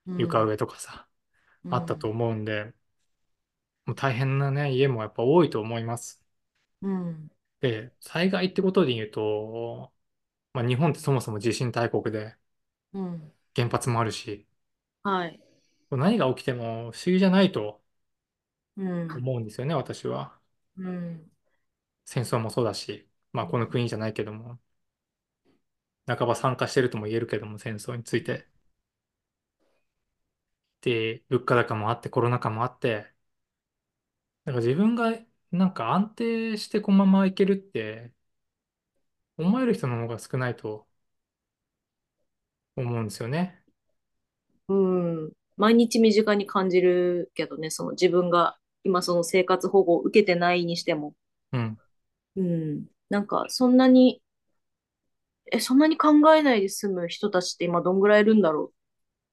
[SPEAKER 2] う
[SPEAKER 1] 床
[SPEAKER 2] ん。
[SPEAKER 1] 上とかさ、
[SPEAKER 2] う
[SPEAKER 1] あったと
[SPEAKER 2] ん。
[SPEAKER 1] 思うんで、もう大変なね、家もやっぱ多いと思います。
[SPEAKER 2] うん。
[SPEAKER 1] で、災害ってことで言うと、まあ、日本ってそもそも地震大国で、
[SPEAKER 2] うん。
[SPEAKER 1] 原発もあるし、
[SPEAKER 2] はい。
[SPEAKER 1] 何が起きても不思議じゃないと
[SPEAKER 2] うん。
[SPEAKER 1] 思うんですよね、私は。
[SPEAKER 2] うん。
[SPEAKER 1] 戦争もそうだし、まあ
[SPEAKER 2] う
[SPEAKER 1] この
[SPEAKER 2] ん。
[SPEAKER 1] 国じゃないけども、半ば参加してるとも言えるけども、戦争について。で、物価高もあって、コロナ禍もあって、なんか自分がなんか安定してこのままいけるって思える人の方が少ないと思うんですよね。
[SPEAKER 2] うん毎日身近に感じるけどね、その自分が今その生活保護を受けてないにしても。
[SPEAKER 1] うん。
[SPEAKER 2] うん。なんかそんなに、え、そんなに考えないで済む人たちって今どんぐらいいるんだろ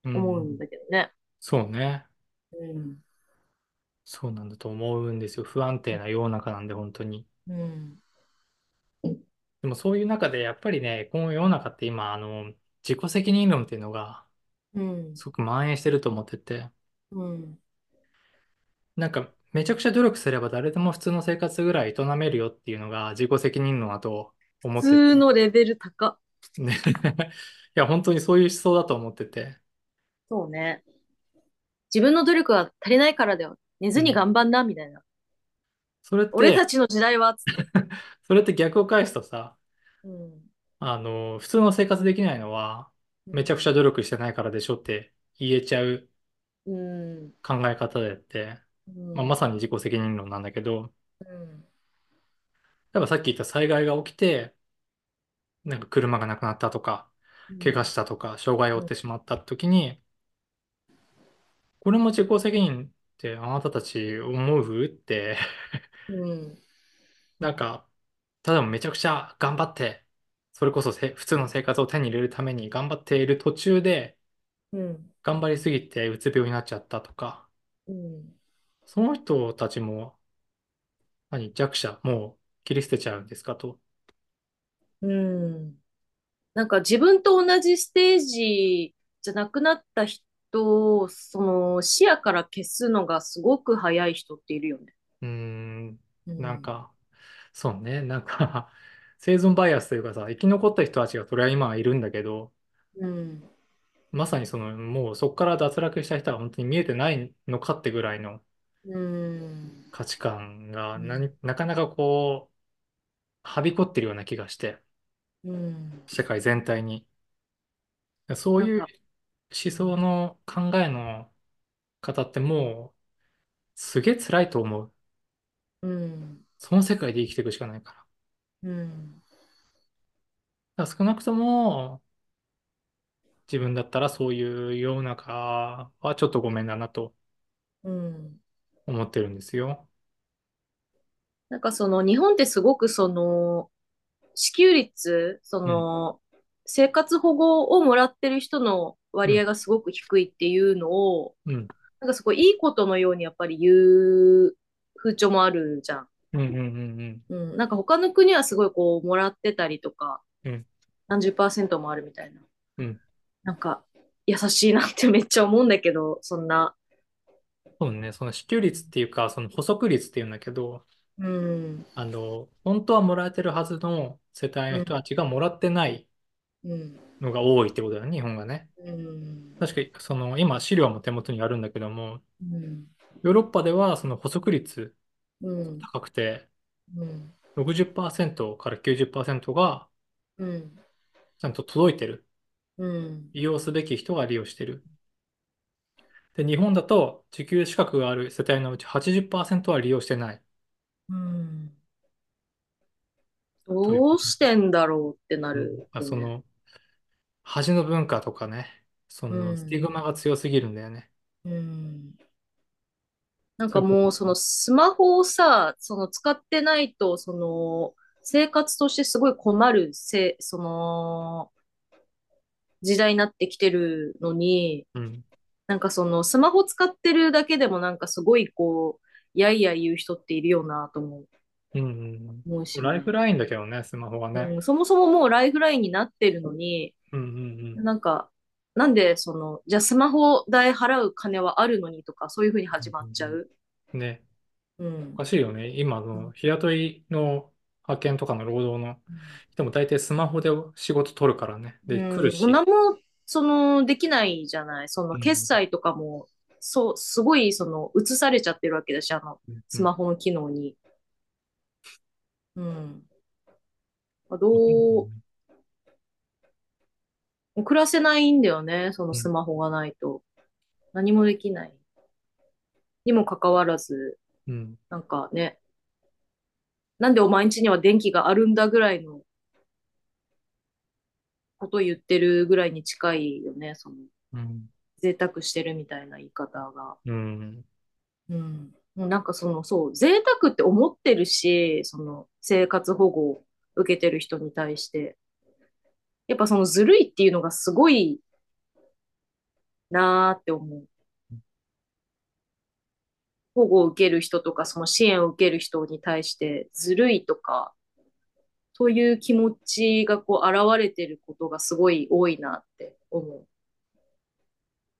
[SPEAKER 1] う
[SPEAKER 2] う思うん
[SPEAKER 1] ん。
[SPEAKER 2] だけどね。
[SPEAKER 1] そうね。
[SPEAKER 2] うん。
[SPEAKER 1] そうなんだと思うんですよ。不安定な世の中なんで、本当に。
[SPEAKER 2] うん。
[SPEAKER 1] でもそういう中で、やっぱりね、この世の中って今、あの、自己責任論っていうのが
[SPEAKER 2] うん。
[SPEAKER 1] すごく蔓延してると思ってて、
[SPEAKER 2] うん。
[SPEAKER 1] なんか、めちゃくちゃ努力すれば誰でも普通の生活ぐらい営めるよっていうのが自己責任論だと
[SPEAKER 2] 普
[SPEAKER 1] 思って
[SPEAKER 2] 通
[SPEAKER 1] て、
[SPEAKER 2] のレベル高。
[SPEAKER 1] ね。 いや、本当にそういう思想だと思ってて。
[SPEAKER 2] そうね。自分の努力は足りないからだよ。寝
[SPEAKER 1] う
[SPEAKER 2] ずに
[SPEAKER 1] ん。
[SPEAKER 2] 頑張んな、みたいな。
[SPEAKER 1] それっ
[SPEAKER 2] 俺た
[SPEAKER 1] て、
[SPEAKER 2] ちの時代は、つって。
[SPEAKER 1] それって逆を返すとさ、
[SPEAKER 2] うん。
[SPEAKER 1] あの、普通の生活できないのは、
[SPEAKER 2] う
[SPEAKER 1] めちゃく
[SPEAKER 2] ん。
[SPEAKER 1] ちゃ努力してないからでしょって言えちゃう
[SPEAKER 2] うん。
[SPEAKER 1] 考え方であって、
[SPEAKER 2] う
[SPEAKER 1] まあ、ま
[SPEAKER 2] ん。
[SPEAKER 1] さに自己責任論なんだけど、
[SPEAKER 2] うん
[SPEAKER 1] やっぱさっき言った災害が起きて、なんか車がなくなったとか、
[SPEAKER 2] う
[SPEAKER 1] 怪我
[SPEAKER 2] ん
[SPEAKER 1] したとか、障害を
[SPEAKER 2] う
[SPEAKER 1] 負っ
[SPEAKER 2] ん
[SPEAKER 1] てしまった時に、これも自己責任ってあなたたち思うって、
[SPEAKER 2] うん
[SPEAKER 1] なんか、ただめちゃくちゃ頑張って、それこそせ普通の生活を手に入れるために頑張っている途中で、
[SPEAKER 2] うん
[SPEAKER 1] 頑張りすぎてうつ病になっちゃったとか、
[SPEAKER 2] うん
[SPEAKER 1] その人たちも、何、弱者、もう切り捨てちゃうんですかと。
[SPEAKER 2] うんなんか自分と同じステージじゃなくなった人を、その視野から消すのがすごく早い人っているよね。
[SPEAKER 1] うーん、
[SPEAKER 2] う
[SPEAKER 1] なん
[SPEAKER 2] ん。
[SPEAKER 1] か、そうね、なんか 生存バイアスというかさ、生き残った人たちがそれは今はいるんだけど、
[SPEAKER 2] うん。
[SPEAKER 1] まさにその、もうそこから脱落した人は本当に見えてないのかってぐらいの
[SPEAKER 2] うん。
[SPEAKER 1] 価値観が
[SPEAKER 2] う。
[SPEAKER 1] なんに、なかなかこう、はびこってるような気がして、
[SPEAKER 2] うん
[SPEAKER 1] 社会全体に。そう
[SPEAKER 2] なん
[SPEAKER 1] いう
[SPEAKER 2] か、
[SPEAKER 1] 思
[SPEAKER 2] うん
[SPEAKER 1] 想の考えの方ってもう、すげえ辛いと思う。
[SPEAKER 2] うん
[SPEAKER 1] その世界で生きていくしかないから。だ
[SPEAKER 2] うん
[SPEAKER 1] から少なくとも、自分だったらそういう世の中はちょっとごめんだなと
[SPEAKER 2] うん
[SPEAKER 1] 思ってるんですよ。
[SPEAKER 2] なんかその日本ってすごくその支給率、そ
[SPEAKER 1] うん、
[SPEAKER 2] の生活保護をもらってる人の
[SPEAKER 1] う
[SPEAKER 2] 割合
[SPEAKER 1] ん、
[SPEAKER 2] がすごく低いっていうのを、
[SPEAKER 1] うん、
[SPEAKER 2] なんかすごいいいことのようにやっぱり言う風潮もあるじゃん。
[SPEAKER 1] うん、うん、うん、うん、
[SPEAKER 2] うん。なんか他の国はすごいこうもらってたりとか、
[SPEAKER 1] うん、
[SPEAKER 2] 何十パーセントもあるみたいな。
[SPEAKER 1] うん
[SPEAKER 2] なんか優しいなってめっちゃ思うんだけど、そんな。
[SPEAKER 1] そうね、その支給率っていうか、その補足率っていうんだけど、
[SPEAKER 2] うん。
[SPEAKER 1] あの、本当はもらえてるはずの世帯の
[SPEAKER 2] うん。
[SPEAKER 1] 人たちがもらってない
[SPEAKER 2] うん。
[SPEAKER 1] のが多いってことだよね、日本がね。
[SPEAKER 2] うん。
[SPEAKER 1] 確かに、その、今、資料も手元にあるんだけども、
[SPEAKER 2] うん。
[SPEAKER 1] ヨーロッパではその補足率
[SPEAKER 2] うん。
[SPEAKER 1] 高くて、
[SPEAKER 2] うん。
[SPEAKER 1] 60%から90%が
[SPEAKER 2] うん。
[SPEAKER 1] ちゃんと届いてる。
[SPEAKER 2] うん。
[SPEAKER 1] 利用すべき人が利用してる。で、日本だと受給資格がある世帯のうち80%は利用してない
[SPEAKER 2] うん
[SPEAKER 1] という
[SPEAKER 2] どうしてんだろうってな
[SPEAKER 1] うん、
[SPEAKER 2] る
[SPEAKER 1] あ
[SPEAKER 2] よ
[SPEAKER 1] そ
[SPEAKER 2] ね。
[SPEAKER 1] の恥の文化とかね、そうのスティグ
[SPEAKER 2] ん。
[SPEAKER 1] マが強すぎるんだよね。
[SPEAKER 2] うんなん
[SPEAKER 1] そ
[SPEAKER 2] か
[SPEAKER 1] ういうこと。
[SPEAKER 2] もうそのスマホをさ、その使ってないと、その生活としてすごい困るせ、その時代になってきてるのに、
[SPEAKER 1] うん。
[SPEAKER 2] なんかそのスマホ使ってるだけでもなんかすごいこう、やいやい言う人っているよなと思う、
[SPEAKER 1] うんうんうん
[SPEAKER 2] 思う
[SPEAKER 1] もう
[SPEAKER 2] し
[SPEAKER 1] ライフ
[SPEAKER 2] ね。
[SPEAKER 1] ラインだけどね、スマホがね。
[SPEAKER 2] うん、そもそももうライフラインになってるのに、
[SPEAKER 1] うんうんうん。
[SPEAKER 2] なんか、なんでその、じゃあスマホ代払う金はあるのにとか、そういうふうに
[SPEAKER 1] う
[SPEAKER 2] 始
[SPEAKER 1] ん
[SPEAKER 2] ま
[SPEAKER 1] う
[SPEAKER 2] っ
[SPEAKER 1] ん
[SPEAKER 2] ちゃう。
[SPEAKER 1] うんね、
[SPEAKER 2] う
[SPEAKER 1] おか
[SPEAKER 2] ん。
[SPEAKER 1] しいよね。今
[SPEAKER 2] う
[SPEAKER 1] の
[SPEAKER 2] ん。
[SPEAKER 1] 日雇いの派遣とかの労働の
[SPEAKER 2] うん
[SPEAKER 1] 人も大体スマホで仕事取るからね。で、来る
[SPEAKER 2] うん、
[SPEAKER 1] し。
[SPEAKER 2] 何も、その、できないじゃない。そうの、決
[SPEAKER 1] ん
[SPEAKER 2] 済とかも、そう、すごい、その、移されちゃってるわけだし、あの、
[SPEAKER 1] うんう
[SPEAKER 2] スマ
[SPEAKER 1] ん
[SPEAKER 2] ホの機能に。うん。
[SPEAKER 1] うん。
[SPEAKER 2] どう、暮らせないんだよね、その
[SPEAKER 1] う
[SPEAKER 2] ス
[SPEAKER 1] ん
[SPEAKER 2] マホがないと。何もできない。にもかかわらず、
[SPEAKER 1] うん
[SPEAKER 2] なんかね、なんでお前ん家には電気があるんだぐらいのことを言ってるぐらいに近いよね、その、
[SPEAKER 1] うん
[SPEAKER 2] 贅沢してるみたいな言い方が。
[SPEAKER 1] うん
[SPEAKER 2] うん、もうなんかその、そう、贅沢って思ってるし、その生活保護を受けてる人に対して、やっぱそのずるいっていうのがすごいなーって思う。保護を受ける人とか、その支援を受ける人に対してずるいとか、そういう気持ちがこう現れてることがすごい多いなって思う。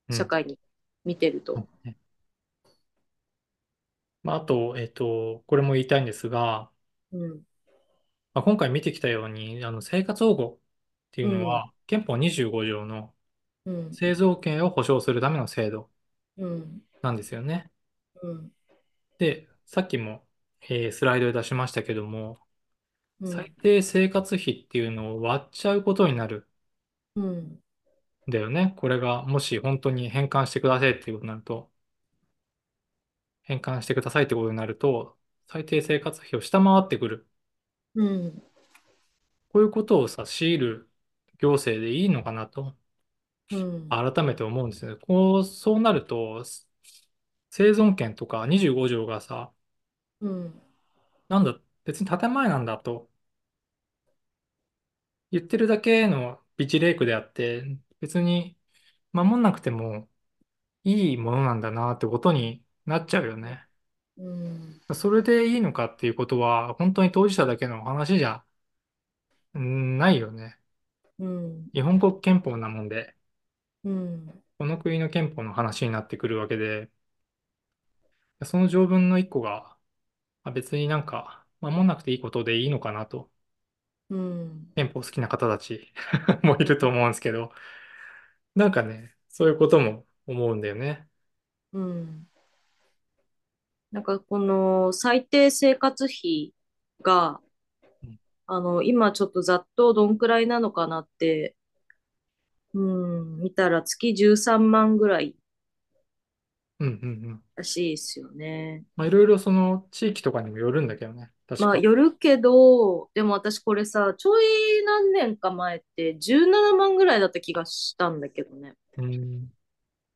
[SPEAKER 1] う
[SPEAKER 2] 社
[SPEAKER 1] ん
[SPEAKER 2] 会に見てると。
[SPEAKER 1] ねまあ、あと、えっと、これも言いたいんですが、
[SPEAKER 2] うん。
[SPEAKER 1] まあ、今回見てきたように、あの生活保護ていううの
[SPEAKER 2] ん、
[SPEAKER 1] は、憲法25条の
[SPEAKER 2] うん、
[SPEAKER 1] 製造権を保障するための制度
[SPEAKER 2] うん、
[SPEAKER 1] なんですよね。
[SPEAKER 2] うん、
[SPEAKER 1] で、さっきも、えースライドで出しましたけども、
[SPEAKER 2] う
[SPEAKER 1] 最
[SPEAKER 2] ん、
[SPEAKER 1] 低生活費っていうのを割っちゃうことになる
[SPEAKER 2] うん、
[SPEAKER 1] んだよね。これがもし本当に返還してくださいっていうことになると、返還してくださいってことになると、最低生活費を下回ってくる。
[SPEAKER 2] うん、
[SPEAKER 1] こういうことをさ、強いる行政でいいのかなと、
[SPEAKER 2] うん
[SPEAKER 1] 改めて思うんですよね。こう、そうなると、生存権とか25条がさ、
[SPEAKER 2] うん
[SPEAKER 1] なんだ、別に建前なんだと言ってるだけのビチレイクであって、別に守んなくてもいいものなんだなってことになっちゃうよね。
[SPEAKER 2] うん
[SPEAKER 1] それでいいのかっていうことは、本当に当事者だけの話じゃうんないよね。
[SPEAKER 2] うん
[SPEAKER 1] 日本国憲法なもんで、
[SPEAKER 2] うん
[SPEAKER 1] この国の憲法の話になってくるわけで、その条文の一個が、あ別になんか、守んなくていいことでいいのかなと、
[SPEAKER 2] うん
[SPEAKER 1] 憲法好きな方たち もいると思うんですけど、なんかね、そういうことも思うんだよね。
[SPEAKER 2] うんなんかこの最低生活費が、
[SPEAKER 1] うん
[SPEAKER 2] あの、今ちょっとざっとどんくらいなのかなって、うん、見たら月13万ぐらい
[SPEAKER 1] うんうんうん。
[SPEAKER 2] らしいですよね。
[SPEAKER 1] まあ、いろいろその地域とかにもよるんだけどね、確
[SPEAKER 2] まあ、
[SPEAKER 1] か。
[SPEAKER 2] よるけど、でも私これさ、ちょい何年か前って17万ぐらいだった気がしたんだけどね。
[SPEAKER 1] うん。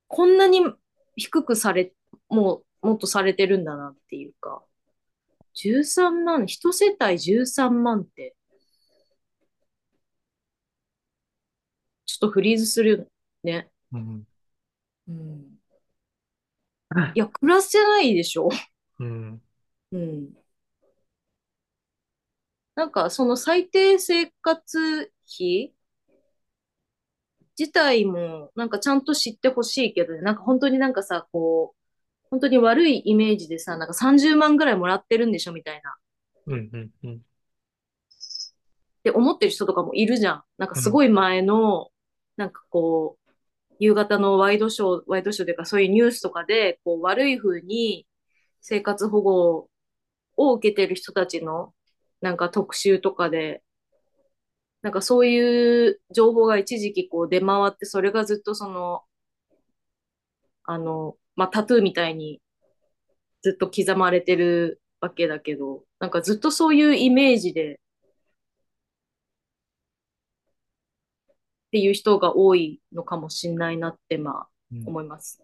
[SPEAKER 2] こんなに低くされ、もう、もっとされてるんだなっていうか。13万、一世帯13万って、ちょっとフリーズするよね。
[SPEAKER 1] うん。
[SPEAKER 2] うん。いや、暮らせないでしょ。
[SPEAKER 1] うん。
[SPEAKER 2] うん。なんか、その最低生活費自体も、なんかちゃんと知ってほしいけどね、なんか本当になんかさ、こう、本当に悪いイメージでさ、なんか30万ぐらいもらってるんでしょみたいな。
[SPEAKER 1] うんうんうん。
[SPEAKER 2] って思ってる人とかもいるじゃん。なんか
[SPEAKER 1] う
[SPEAKER 2] す
[SPEAKER 1] ん
[SPEAKER 2] ごい前の、なんかこう、夕方のワイドショー、ワイドショーというかそういうニュースとかで、こう悪い風に生活保護を受けてる人たちのなんか特集とかで、なんかそういう情報が一時期こう出回って、それがずっとその、あの、まあ、タトゥーみたいにずっと刻まれてるわけだけど、なんかずっとそういうイメージでっていう人が多いのかもしんないなって、まあ、
[SPEAKER 1] うん
[SPEAKER 2] 思います。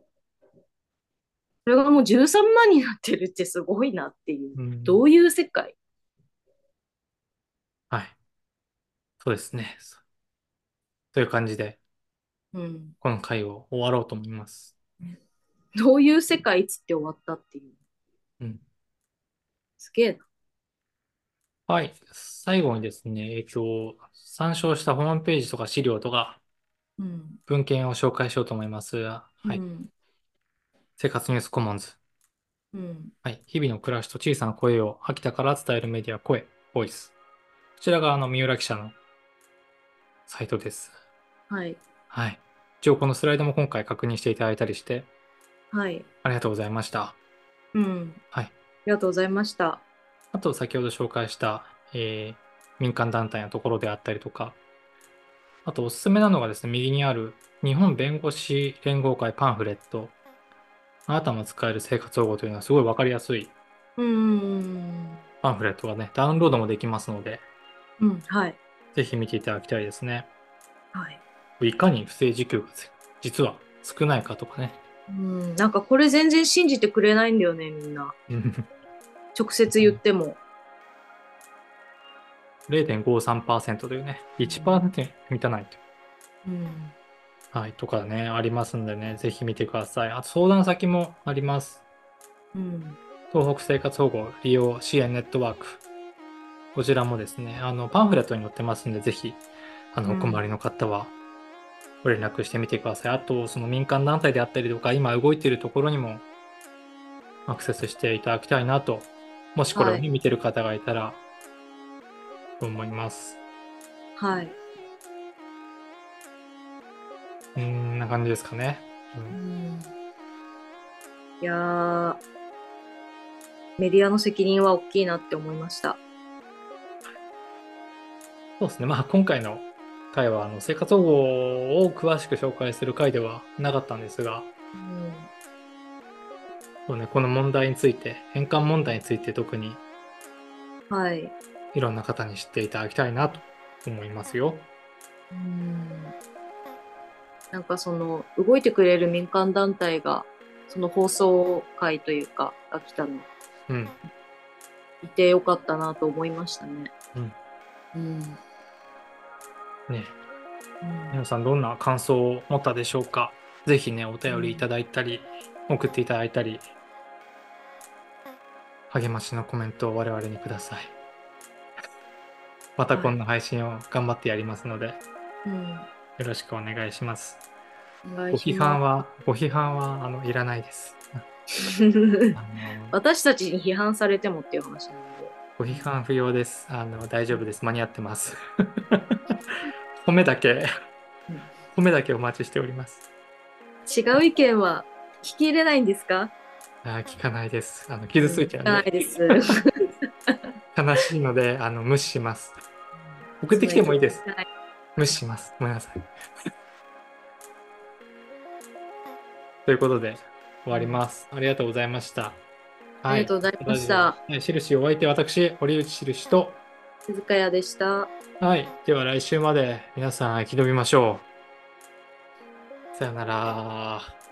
[SPEAKER 2] それがもう13万になってるってすごいなっていう。
[SPEAKER 1] う
[SPEAKER 2] ど
[SPEAKER 1] ん
[SPEAKER 2] ういう世界
[SPEAKER 1] はい。そうですね。そという感じで、
[SPEAKER 2] うん。
[SPEAKER 1] この回を終わろうと思います。
[SPEAKER 2] どういう世界っつって終わったっていう。
[SPEAKER 1] うん。
[SPEAKER 2] すげえな。
[SPEAKER 1] はい。最後にですね、えっと、参照したホームページとか資料とか
[SPEAKER 2] うん。
[SPEAKER 1] 文献を紹介しようと思います。は
[SPEAKER 2] う
[SPEAKER 1] い。
[SPEAKER 2] ん。
[SPEAKER 1] 生活ニュースコモンズ。
[SPEAKER 2] うん。
[SPEAKER 1] はい。日々の暮らしと小さな声を秋田から伝えるメディア、声、ボイス。こちらがあの、三浦記者のサイトです。
[SPEAKER 2] はい。
[SPEAKER 1] はい。一応このスライドも今回確認していただいたりして、
[SPEAKER 2] はい。
[SPEAKER 1] ありがとうございました。
[SPEAKER 2] うん。
[SPEAKER 1] はい。
[SPEAKER 2] ありがとうございました。
[SPEAKER 1] あと、先ほど紹介した、えー民間団体のところであったりとか、あとおすすめなのがですね、右にある日本弁護士連合会パンフレット、あなたも使える生活保護というのはすごいわかりやすい
[SPEAKER 2] うん。
[SPEAKER 1] パンフレットがね、ダウンロードもできますので、
[SPEAKER 2] うん。はい。
[SPEAKER 1] ぜひ見ていただきたいですね。
[SPEAKER 2] はい。
[SPEAKER 1] いかに不正受給が実は少ないかとかね。
[SPEAKER 2] うん。なんかこれ全然信じてくれないんだよね、みんな。
[SPEAKER 1] うん
[SPEAKER 2] 直接言っても。
[SPEAKER 1] 0.53%というね、1%に満たないという。
[SPEAKER 2] うん。
[SPEAKER 1] はい、とかね、ありますんでね、ぜひ見てください。あと相談先もあります。
[SPEAKER 2] うん。
[SPEAKER 1] 東北生活保護利用支援ネットワーク。こちらもですね、あの、パンフレットに載ってますんで、ぜひ、あ
[SPEAKER 2] う
[SPEAKER 1] の、お困
[SPEAKER 2] ん。
[SPEAKER 1] りの方はご連絡してみてください。あと、その民間団体であったりとか、今動いているところにもアクセスしていただきたいなと、もしこれを
[SPEAKER 2] はい。
[SPEAKER 1] ね見てる方がいたらと思います。
[SPEAKER 2] はい。
[SPEAKER 1] うーんな感じですかね。う
[SPEAKER 2] うんんいやー、メディアの責任は大きいなって思いました。
[SPEAKER 1] そうですね。まあ、今回の回は、あの、生活保護を詳しく紹介する回ではなかったんですが、
[SPEAKER 2] うん
[SPEAKER 1] そうね、この問題について、返還問題について特に
[SPEAKER 2] はい。
[SPEAKER 1] いろんな方に知っていただきたいなと思いますよ。
[SPEAKER 2] うんなんかその動いてくれる民間団体がその放送会というかが来たの
[SPEAKER 1] うん。
[SPEAKER 2] いてよかったなと思いましたね。うん。
[SPEAKER 1] ね、
[SPEAKER 2] うん。
[SPEAKER 1] 皆さんどんな感想を持ったでしょうかぜひね、お便りいただいたり、送っていただいたり、励ましのコメントを我々にください。 また今度配信を頑張ってやりますので、よ
[SPEAKER 2] うん。
[SPEAKER 1] ろしくお願いします。
[SPEAKER 2] お願
[SPEAKER 1] ご
[SPEAKER 2] いし
[SPEAKER 1] 批判
[SPEAKER 2] ま
[SPEAKER 1] は、ご批判は、あの、いらないです。
[SPEAKER 2] す。
[SPEAKER 1] あの
[SPEAKER 2] 私たちに批判されてもっていう話なので。
[SPEAKER 1] ご批判不要です。あの、大丈夫です。間に合ってます。 褒めだけ
[SPEAKER 2] うん、
[SPEAKER 1] 褒めだけお待ちしております。
[SPEAKER 2] 違う意見は聞き入れないんですか
[SPEAKER 1] あー聞かないです。あの、傷ついちゃう
[SPEAKER 2] 聞か
[SPEAKER 1] ん
[SPEAKER 2] ない
[SPEAKER 1] で、
[SPEAKER 2] です。
[SPEAKER 1] 悲しいので、あの、無視します。送ってきてもいいです
[SPEAKER 2] は。
[SPEAKER 1] 無視します。ごめんなさい。 ということで、終わります。ありがとうございました。
[SPEAKER 2] ありがとうございました。
[SPEAKER 1] はい、印お相手、私、堀内印と、
[SPEAKER 2] 鈴鹿屋でした。
[SPEAKER 1] はい。では来週まで皆さん生き延びましょう。さよなら。